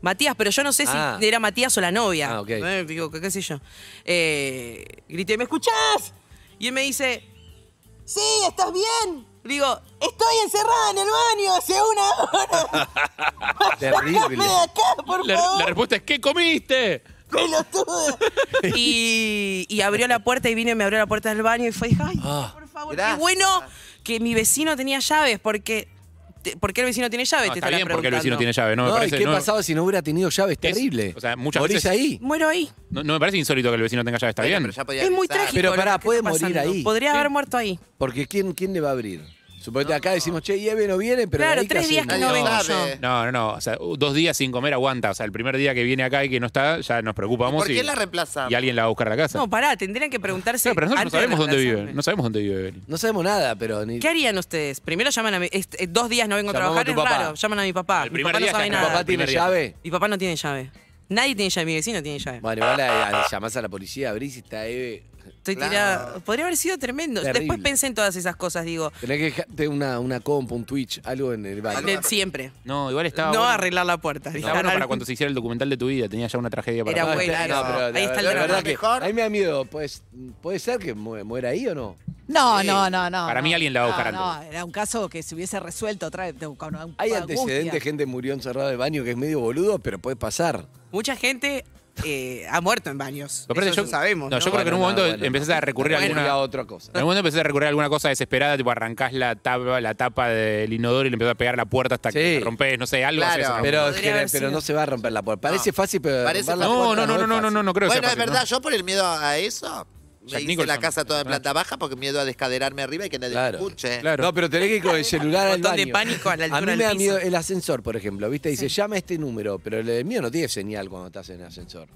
Speaker 12: Matías, pero yo no sé
Speaker 9: Ah.
Speaker 12: si era Matías o la novia.
Speaker 9: Ah, ok.
Speaker 12: Eh, digo, qué, qué sé yo. Eh, grité, ¿me escuchás? Y él me dice, sí, ¿estás bien? Le digo, estoy encerrada en el baño hace una hora.
Speaker 11: Terrible.
Speaker 12: Sacame de acá, por
Speaker 11: La,
Speaker 12: favor. Ah,
Speaker 11: la respuesta es ¿qué comiste? Ah,
Speaker 12: pelotuda. y, y abrió la puerta y vino y me abrió la puerta del baño y fue, dije, ay,
Speaker 9: Ah.
Speaker 12: por favor, qué bueno que mi vecino tenía llaves, porque... te- ¿Por qué el vecino tiene llaves?
Speaker 11: No,
Speaker 12: Te
Speaker 11: está
Speaker 12: estarás
Speaker 11: bien porque el
Speaker 12: preguntando.
Speaker 11: vecino tiene llave, no me
Speaker 9: No, ¿y
Speaker 11: parece.
Speaker 9: qué
Speaker 11: no,
Speaker 9: pasaba si no hubiera tenido llaves? Terrible.
Speaker 11: o sea, muchas
Speaker 9: Morís
Speaker 11: veces-
Speaker 9: ahí.
Speaker 12: Muero ahí.
Speaker 11: no, no me parece insólito que el vecino tenga llave, está bien.
Speaker 12: Es muy trágico.
Speaker 9: Pero
Speaker 12: lo
Speaker 9: pará,
Speaker 12: que está
Speaker 9: puede morir
Speaker 12: pasando.
Speaker 9: ahí.
Speaker 12: Podría
Speaker 9: Sí.
Speaker 12: haber muerto ahí.
Speaker 9: Porque ¿quién, quién le va a abrir? Suponete acá decimos, che, y Eve no viene, pero.
Speaker 12: Claro,
Speaker 9: ahí, ¿qué
Speaker 12: tres días
Speaker 9: hacemos?
Speaker 12: que no vengo yo.
Speaker 11: No, no, no. O sea, dos días sin comer aguanta. O sea, el primer día que viene acá y que no está, ya nos preocupamos.
Speaker 12: ¿Y por
Speaker 11: y-
Speaker 12: qué la reemplazamos?
Speaker 11: Y alguien la va a buscar a la casa.
Speaker 12: No, pará, tendrían que preguntarse.
Speaker 11: Pero nosotros no
Speaker 12: antes de
Speaker 11: sabemos dónde
Speaker 12: reemplazarme.
Speaker 11: vive. No sabemos dónde vive Evelyn.
Speaker 9: No sabemos nada, pero ni.
Speaker 12: ¿Qué harían ustedes? Primero llaman a mi, est- eh, dos días no vengo a
Speaker 9: Llamamos
Speaker 12: trabajar,
Speaker 9: a
Speaker 12: es
Speaker 9: tu papá.
Speaker 12: raro. Llaman a mi papá.
Speaker 9: El
Speaker 12: mi
Speaker 9: primer
Speaker 12: papá
Speaker 9: día
Speaker 12: no sabe
Speaker 9: ya no.
Speaker 12: nada.
Speaker 9: ¿Tu papá tiene
Speaker 12: Primer día.
Speaker 9: llave?
Speaker 12: Mi papá no tiene llave. Nadie tiene llave, mi vecino tiene llave.
Speaker 9: Bueno, igual a- a- llamás a la policía, abrís y está Eve.
Speaker 12: Estoy tirada. Podría haber sido tremendo.
Speaker 9: Terrible.
Speaker 12: Después pensé en todas esas cosas, digo,
Speaker 9: Tenés que dejarte una, una compu, un Twitch, algo en el baño.
Speaker 12: de siempre.
Speaker 11: No, igual estaba.
Speaker 12: No
Speaker 11: bueno.
Speaker 12: arreglar la puerta.
Speaker 11: Estaba
Speaker 12: digo.
Speaker 11: bueno para cuando se hiciera el documental de tu vida. Tenía ya una tragedia para
Speaker 12: Era
Speaker 11: contar.
Speaker 12: bueno,
Speaker 9: No, pero la,
Speaker 12: Ahí está el
Speaker 9: la
Speaker 12: drama.
Speaker 9: verdad que a mí me da miedo. ¿Puedes, ¿Puede ser que mu- muera ahí o no?
Speaker 15: No, no, no, no.
Speaker 11: Eh, Para mí
Speaker 15: no.
Speaker 11: alguien la va a
Speaker 15: No,
Speaker 11: buscar
Speaker 15: No, era un caso que se hubiese resuelto otra vez. de- con un-
Speaker 9: Hay
Speaker 15: con
Speaker 9: antecedentes,
Speaker 15: angustia.
Speaker 9: gente murió encerrada de baño que es medio boludo, pero puede pasar.
Speaker 12: Mucha gente eh, ha muerto en baños.
Speaker 11: Pero aparte
Speaker 12: Eso
Speaker 11: yo-
Speaker 12: sabemos.
Speaker 11: No, yo creo que en un
Speaker 9: Bueno,
Speaker 11: momento
Speaker 9: no, bueno,
Speaker 11: empezás a recurrir
Speaker 9: Bueno,
Speaker 11: a alguna.
Speaker 9: a otra cosa.
Speaker 11: En algún momento empecé a recurrir a alguna cosa desesperada, tipo arrancás la tapa, la tapa del inodoro y le empezás a pegar la puerta hasta que te rompes, no sé, algo
Speaker 10: Claro.
Speaker 11: haces, ¿no?
Speaker 9: Pero, pero no se va a romper la puerta. Parece fácil, pero.
Speaker 10: Parece
Speaker 9: romper la
Speaker 10: fácil.
Speaker 9: puerta
Speaker 11: No, no,
Speaker 9: es
Speaker 11: no, no, no,
Speaker 9: fácil.
Speaker 11: no, no creo que
Speaker 10: bueno,
Speaker 11: sea
Speaker 10: es
Speaker 11: fácil,
Speaker 10: verdad,
Speaker 11: ¿no?
Speaker 10: yo por el miedo a eso me hice la casa toda en planta baja porque miedo a descaderarme arriba y que nadie
Speaker 9: Claro.
Speaker 10: me escuche.
Speaker 9: No, pero tenés que ir con el celular al
Speaker 10: Botón
Speaker 9: baño.
Speaker 10: de pánico a la altura
Speaker 9: mí me
Speaker 10: del
Speaker 9: da
Speaker 10: piso.
Speaker 9: miedo el ascensor, por ejemplo. ¿Viste? Dice, llama a este número, pero el mío no tiene señal cuando estás en el ascensor.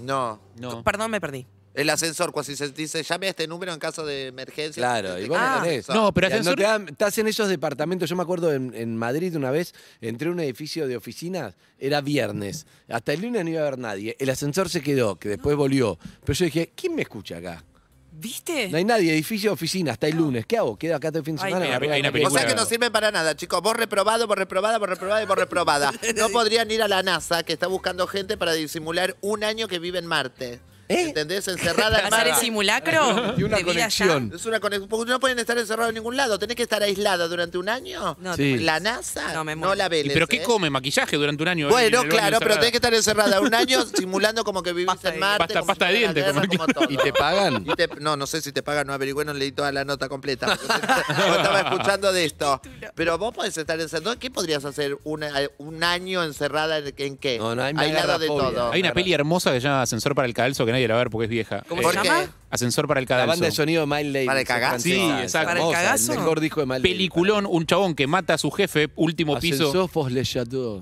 Speaker 10: No.
Speaker 11: No.
Speaker 12: Perdón, me perdí.
Speaker 10: El ascensor, cuando se dice, llame a este número en caso de emergencia.
Speaker 9: Claro, y vos no
Speaker 10: Ah.
Speaker 9: tenés.
Speaker 10: No, pero
Speaker 9: Ya,
Speaker 10: ascensor-
Speaker 9: te dan- estás en esos departamentos. Yo me acuerdo en, en Madrid una vez, entré a un edificio de oficinas, era viernes. Hasta el lunes no iba a haber nadie. El ascensor se quedó, que después volvió. Pero yo dije, ¿quién me escucha acá?
Speaker 12: ¿Viste?
Speaker 9: No hay nadie, edificio de oficina, hasta el lunes. ¿Qué hago? ¿Quedo acá todo el fin de semana?
Speaker 11: hay una-
Speaker 9: Arriba
Speaker 11: hay
Speaker 9: de
Speaker 11: una
Speaker 9: la
Speaker 10: O
Speaker 11: película-
Speaker 10: sea que no sirve para nada, chicos. Vos reprobado, vos reprobada, vos reprobada y vos reprobada. No podrían ir a la NASA, que está buscando gente para disimular un año que vive en Marte.
Speaker 9: ¿Eh?
Speaker 10: ¿Entendés? Encerrada en
Speaker 12: ¿Hacer
Speaker 10: Marte.
Speaker 12: el simulacro?
Speaker 9: Y una
Speaker 12: de vida allá?
Speaker 9: conexión.
Speaker 10: Es una conexión. Porque no pueden estar encerrados en ningún lado. Tenés que estar aislada durante un año.
Speaker 12: No,
Speaker 11: Sí. te
Speaker 10: La NASA no, la
Speaker 11: ¿Y
Speaker 10: veles.
Speaker 11: ¿Pero qué
Speaker 10: ¿eh?
Speaker 11: come? ¿Maquillaje durante un año?
Speaker 10: Bueno,
Speaker 11: en el baño
Speaker 10: claro, pero
Speaker 11: encerrada?
Speaker 10: tenés que estar encerrada un año simulando como que vivís en Marte.
Speaker 11: Pasta-
Speaker 10: como
Speaker 11: pasta
Speaker 10: si
Speaker 11: de
Speaker 10: fuera la
Speaker 11: dientes,
Speaker 10: guerra,
Speaker 11: como-
Speaker 10: como todo.
Speaker 9: ¿Y te pagan?
Speaker 10: Y te- no, no sé si te pagan, no averigüé, no leí toda la nota completa. porque Yo estaba escuchando de esto. Pero vos podés estar encerrado. ¿Qué podrías hacer una- un año encerrada en, en qué?
Speaker 9: No, no, ahí me
Speaker 10: Aislada
Speaker 9: agarra
Speaker 10: de
Speaker 9: fobia.
Speaker 10: todo.
Speaker 11: Hay una peli hermosa que se llama Ascensor para el Cadalso que nadie la va a ver porque es vieja. Eh,
Speaker 10: ¿Cómo se ¿Por llama? qué?
Speaker 11: Ascensor para el
Speaker 9: La
Speaker 11: Cadalso.
Speaker 9: banda de sonido de Miles Davis.
Speaker 10: Para el cagazo.
Speaker 9: es
Speaker 11: Sí,
Speaker 9: francesa, es
Speaker 11: exacto.
Speaker 9: hermosa, El mejor disco de Miles Davis.
Speaker 11: Peliculón, un chabón que mata a su jefe, último piso.
Speaker 9: Ascensor Fos Le Chateau.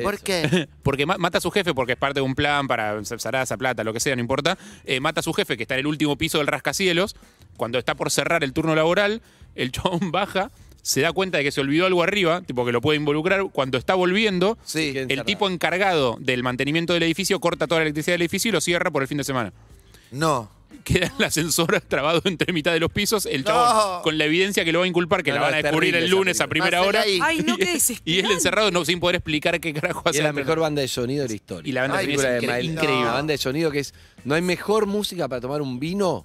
Speaker 10: ¿Por qué?
Speaker 11: Porque ma- mata a su jefe porque es parte de un plan para zaraza, plata, lo que sea, no importa. Eh, mata a su jefe que está en el último piso del rascacielos. Cuando está por cerrar el turno laboral, el chabón baja, se da cuenta de que se olvidó algo arriba, tipo que lo puede involucrar. Cuando está volviendo, el tipo encargado del mantenimiento del edificio corta toda la electricidad del edificio y lo cierra por el fin de semana.
Speaker 10: No.
Speaker 11: Queda el ascensor trabado entre mitad de los pisos, el
Speaker 10: No.
Speaker 11: chabón con la evidencia que lo va a inculpar, que
Speaker 9: No,
Speaker 11: la
Speaker 9: no,
Speaker 11: van a
Speaker 9: es
Speaker 11: descubrir
Speaker 9: terrible
Speaker 11: el
Speaker 9: esa
Speaker 11: lunes a
Speaker 9: película.
Speaker 11: primera hora.
Speaker 10: Hacela ahí.
Speaker 12: Ay, no, qué
Speaker 11: Y él encerrado no, sin poder explicar qué carajo
Speaker 9: Y
Speaker 11: hace.
Speaker 9: es la mejor banda de sonido de la historia.
Speaker 11: Y la banda de
Speaker 9: Una
Speaker 11: sonido es
Speaker 9: película de
Speaker 11: increíble.
Speaker 9: Miles-
Speaker 11: increíble.
Speaker 9: Una banda de sonido que es. No hay mejor música para tomar un vino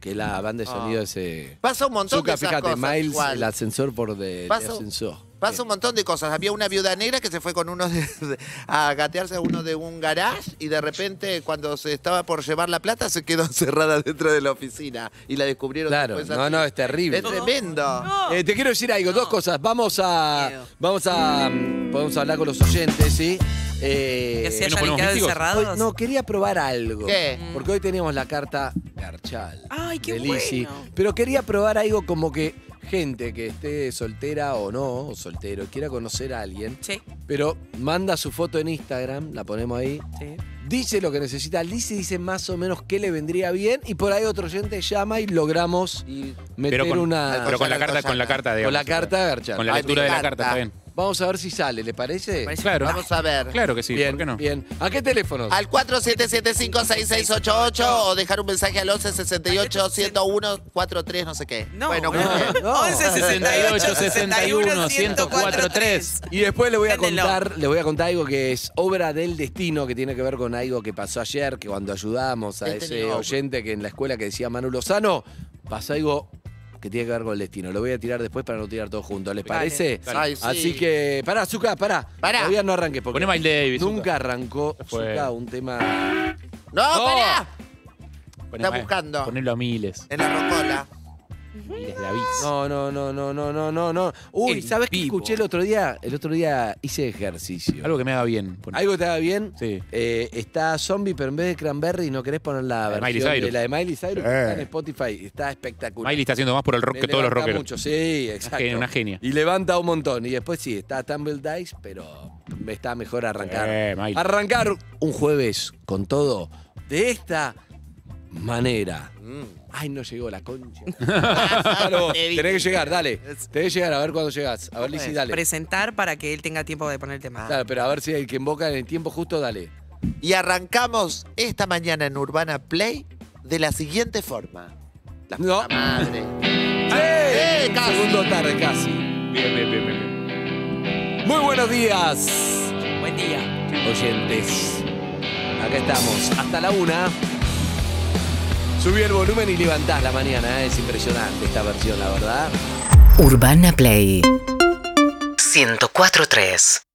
Speaker 9: que la banda de sonido de ese.
Speaker 10: Mm. Ah. Pasa un montón
Speaker 9: Zucca,
Speaker 10: de esas
Speaker 9: fíjate,
Speaker 10: cosas
Speaker 9: Miles,
Speaker 10: igual.
Speaker 9: el ascensor por de, el
Speaker 10: Pasa-
Speaker 9: ascensor.
Speaker 10: Pasa un montón de cosas. Había una viuda negra que se fue con uno de- de- a gatearse a uno de un garage y de repente cuando se estaba por llevar la plata se quedó encerrada dentro de la oficina y la descubrieron
Speaker 9: Claro,
Speaker 10: después.
Speaker 9: no,
Speaker 10: así.
Speaker 9: no, es terrible.
Speaker 10: Es tremendo.
Speaker 9: Eh, te quiero decir algo, dos cosas. Vamos a. Vamos a. mm, Podemos hablar con los oyentes, ¿sí? Eh,
Speaker 12: Que se hayan ¿Que nos ponemos quedado místicos? encerrados.
Speaker 9: Hoy- no, quería probar algo.
Speaker 12: ¿Qué?
Speaker 9: Porque hoy teníamos la carta Garchal.
Speaker 12: Ay, qué
Speaker 9: de
Speaker 12: bueno.
Speaker 9: Lizzy. Pero quería probar algo como que gente que esté soltera o no, o soltero, quiera conocer a alguien.
Speaker 12: Sí.
Speaker 9: Pero manda su foto en Instagram, la ponemos ahí.
Speaker 12: Sí.
Speaker 9: Dice lo que necesita, Lizzy dice más o menos qué le vendría bien y por ahí otro oyente llama y logramos meter
Speaker 11: Pero con,
Speaker 9: una...
Speaker 11: pero con la carta, con la carta de
Speaker 9: Con la carta, Garchal.
Speaker 11: Con la lectura de la carta, está bien.
Speaker 9: Vamos a ver si sale, ¿le parece?
Speaker 11: Claro.
Speaker 10: Vamos a ver.
Speaker 11: Claro que sí,
Speaker 9: bien,
Speaker 11: ¿por qué no?
Speaker 9: Bien. ¿A qué teléfonos?
Speaker 10: Al 4775-6688 o dejar un mensaje al 1168-101-43, no sé qué. bueno, muy bien.
Speaker 11: 68 61 1043.
Speaker 9: Y después le voy a
Speaker 11: Agéndenlo.
Speaker 9: contar, le voy a contar algo que es obra del destino, que tiene que ver con algo que pasó ayer, que cuando ayudamos a
Speaker 10: Él
Speaker 9: ese
Speaker 10: tenía obra.
Speaker 9: oyente que en la escuela que decía Manu Lozano, pasó algo que tiene que ver con el destino. Lo voy a tirar después para no tirar todo junto, ¿les
Speaker 10: Dale,
Speaker 9: parece?
Speaker 10: dale. Ay, sí.
Speaker 9: Así que, pará, Zuka, pará.
Speaker 10: Pará.
Speaker 9: Todavía no arranques porque
Speaker 11: Poné Miles Davis,
Speaker 9: nunca arrancó
Speaker 11: fue.
Speaker 9: Zuka un tema...
Speaker 10: ¡No, pará!
Speaker 11: Poné
Speaker 10: Está
Speaker 11: más-
Speaker 10: buscando.
Speaker 11: Ponelo a miles.
Speaker 10: En la rocola.
Speaker 11: Miles de avis.
Speaker 9: No, no, no, no, no, no, no, no. Uy,
Speaker 11: En
Speaker 9: ¿sabes qué
Speaker 11: vivo.
Speaker 9: escuché el otro día? El otro día hice ejercicio.
Speaker 11: Algo que me haga bien. Poné.
Speaker 9: ¿Algo te haga bien?
Speaker 11: Sí.
Speaker 9: Eh, está Zombie, pero en vez de Cranberry no querés poner la
Speaker 11: La de
Speaker 9: versión
Speaker 11: Eh, Miley Cyrus.
Speaker 9: de la de Miley Cyrus. que
Speaker 11: Eh.
Speaker 9: Está en Spotify. Está espectacular.
Speaker 11: Miley está haciendo más por el rock
Speaker 9: Me
Speaker 11: que todos los
Speaker 9: levanta
Speaker 11: rockeros.
Speaker 9: mucho, sí, exacto.
Speaker 11: genia, una genia.
Speaker 9: Y levanta un montón. Y después sí, está Tumble Dice, pero está mejor arrancar.
Speaker 11: Eh, Miley.
Speaker 9: arrancar un jueves con todo de esta manera. Ay, no llegó la concha.
Speaker 10: Ah,
Speaker 9: Claro, vos, tenés que llegar, dale. Tenés que llegar, a ver cuándo llegás. A ver, Lizzy, dale.
Speaker 12: Presentar para que él tenga tiempo de poner el tema.
Speaker 9: Claro, pero a ver si el que invoca en el tiempo justo, dale.
Speaker 10: Y arrancamos esta mañana en Urbana Play de la siguiente forma. La puta madre.
Speaker 9: ¡Eh!
Speaker 10: ¡Eh, casi!
Speaker 9: Segundo tarde, casi.
Speaker 11: Bien, bien, bien, bien.
Speaker 9: Muy buenos días. Buen día. Oyentes. Acá estamos. Hasta la una. Subí el volumen y levantás la mañana. ¿eh? Es impresionante esta versión, la verdad.
Speaker 16: Urbana Play 104.3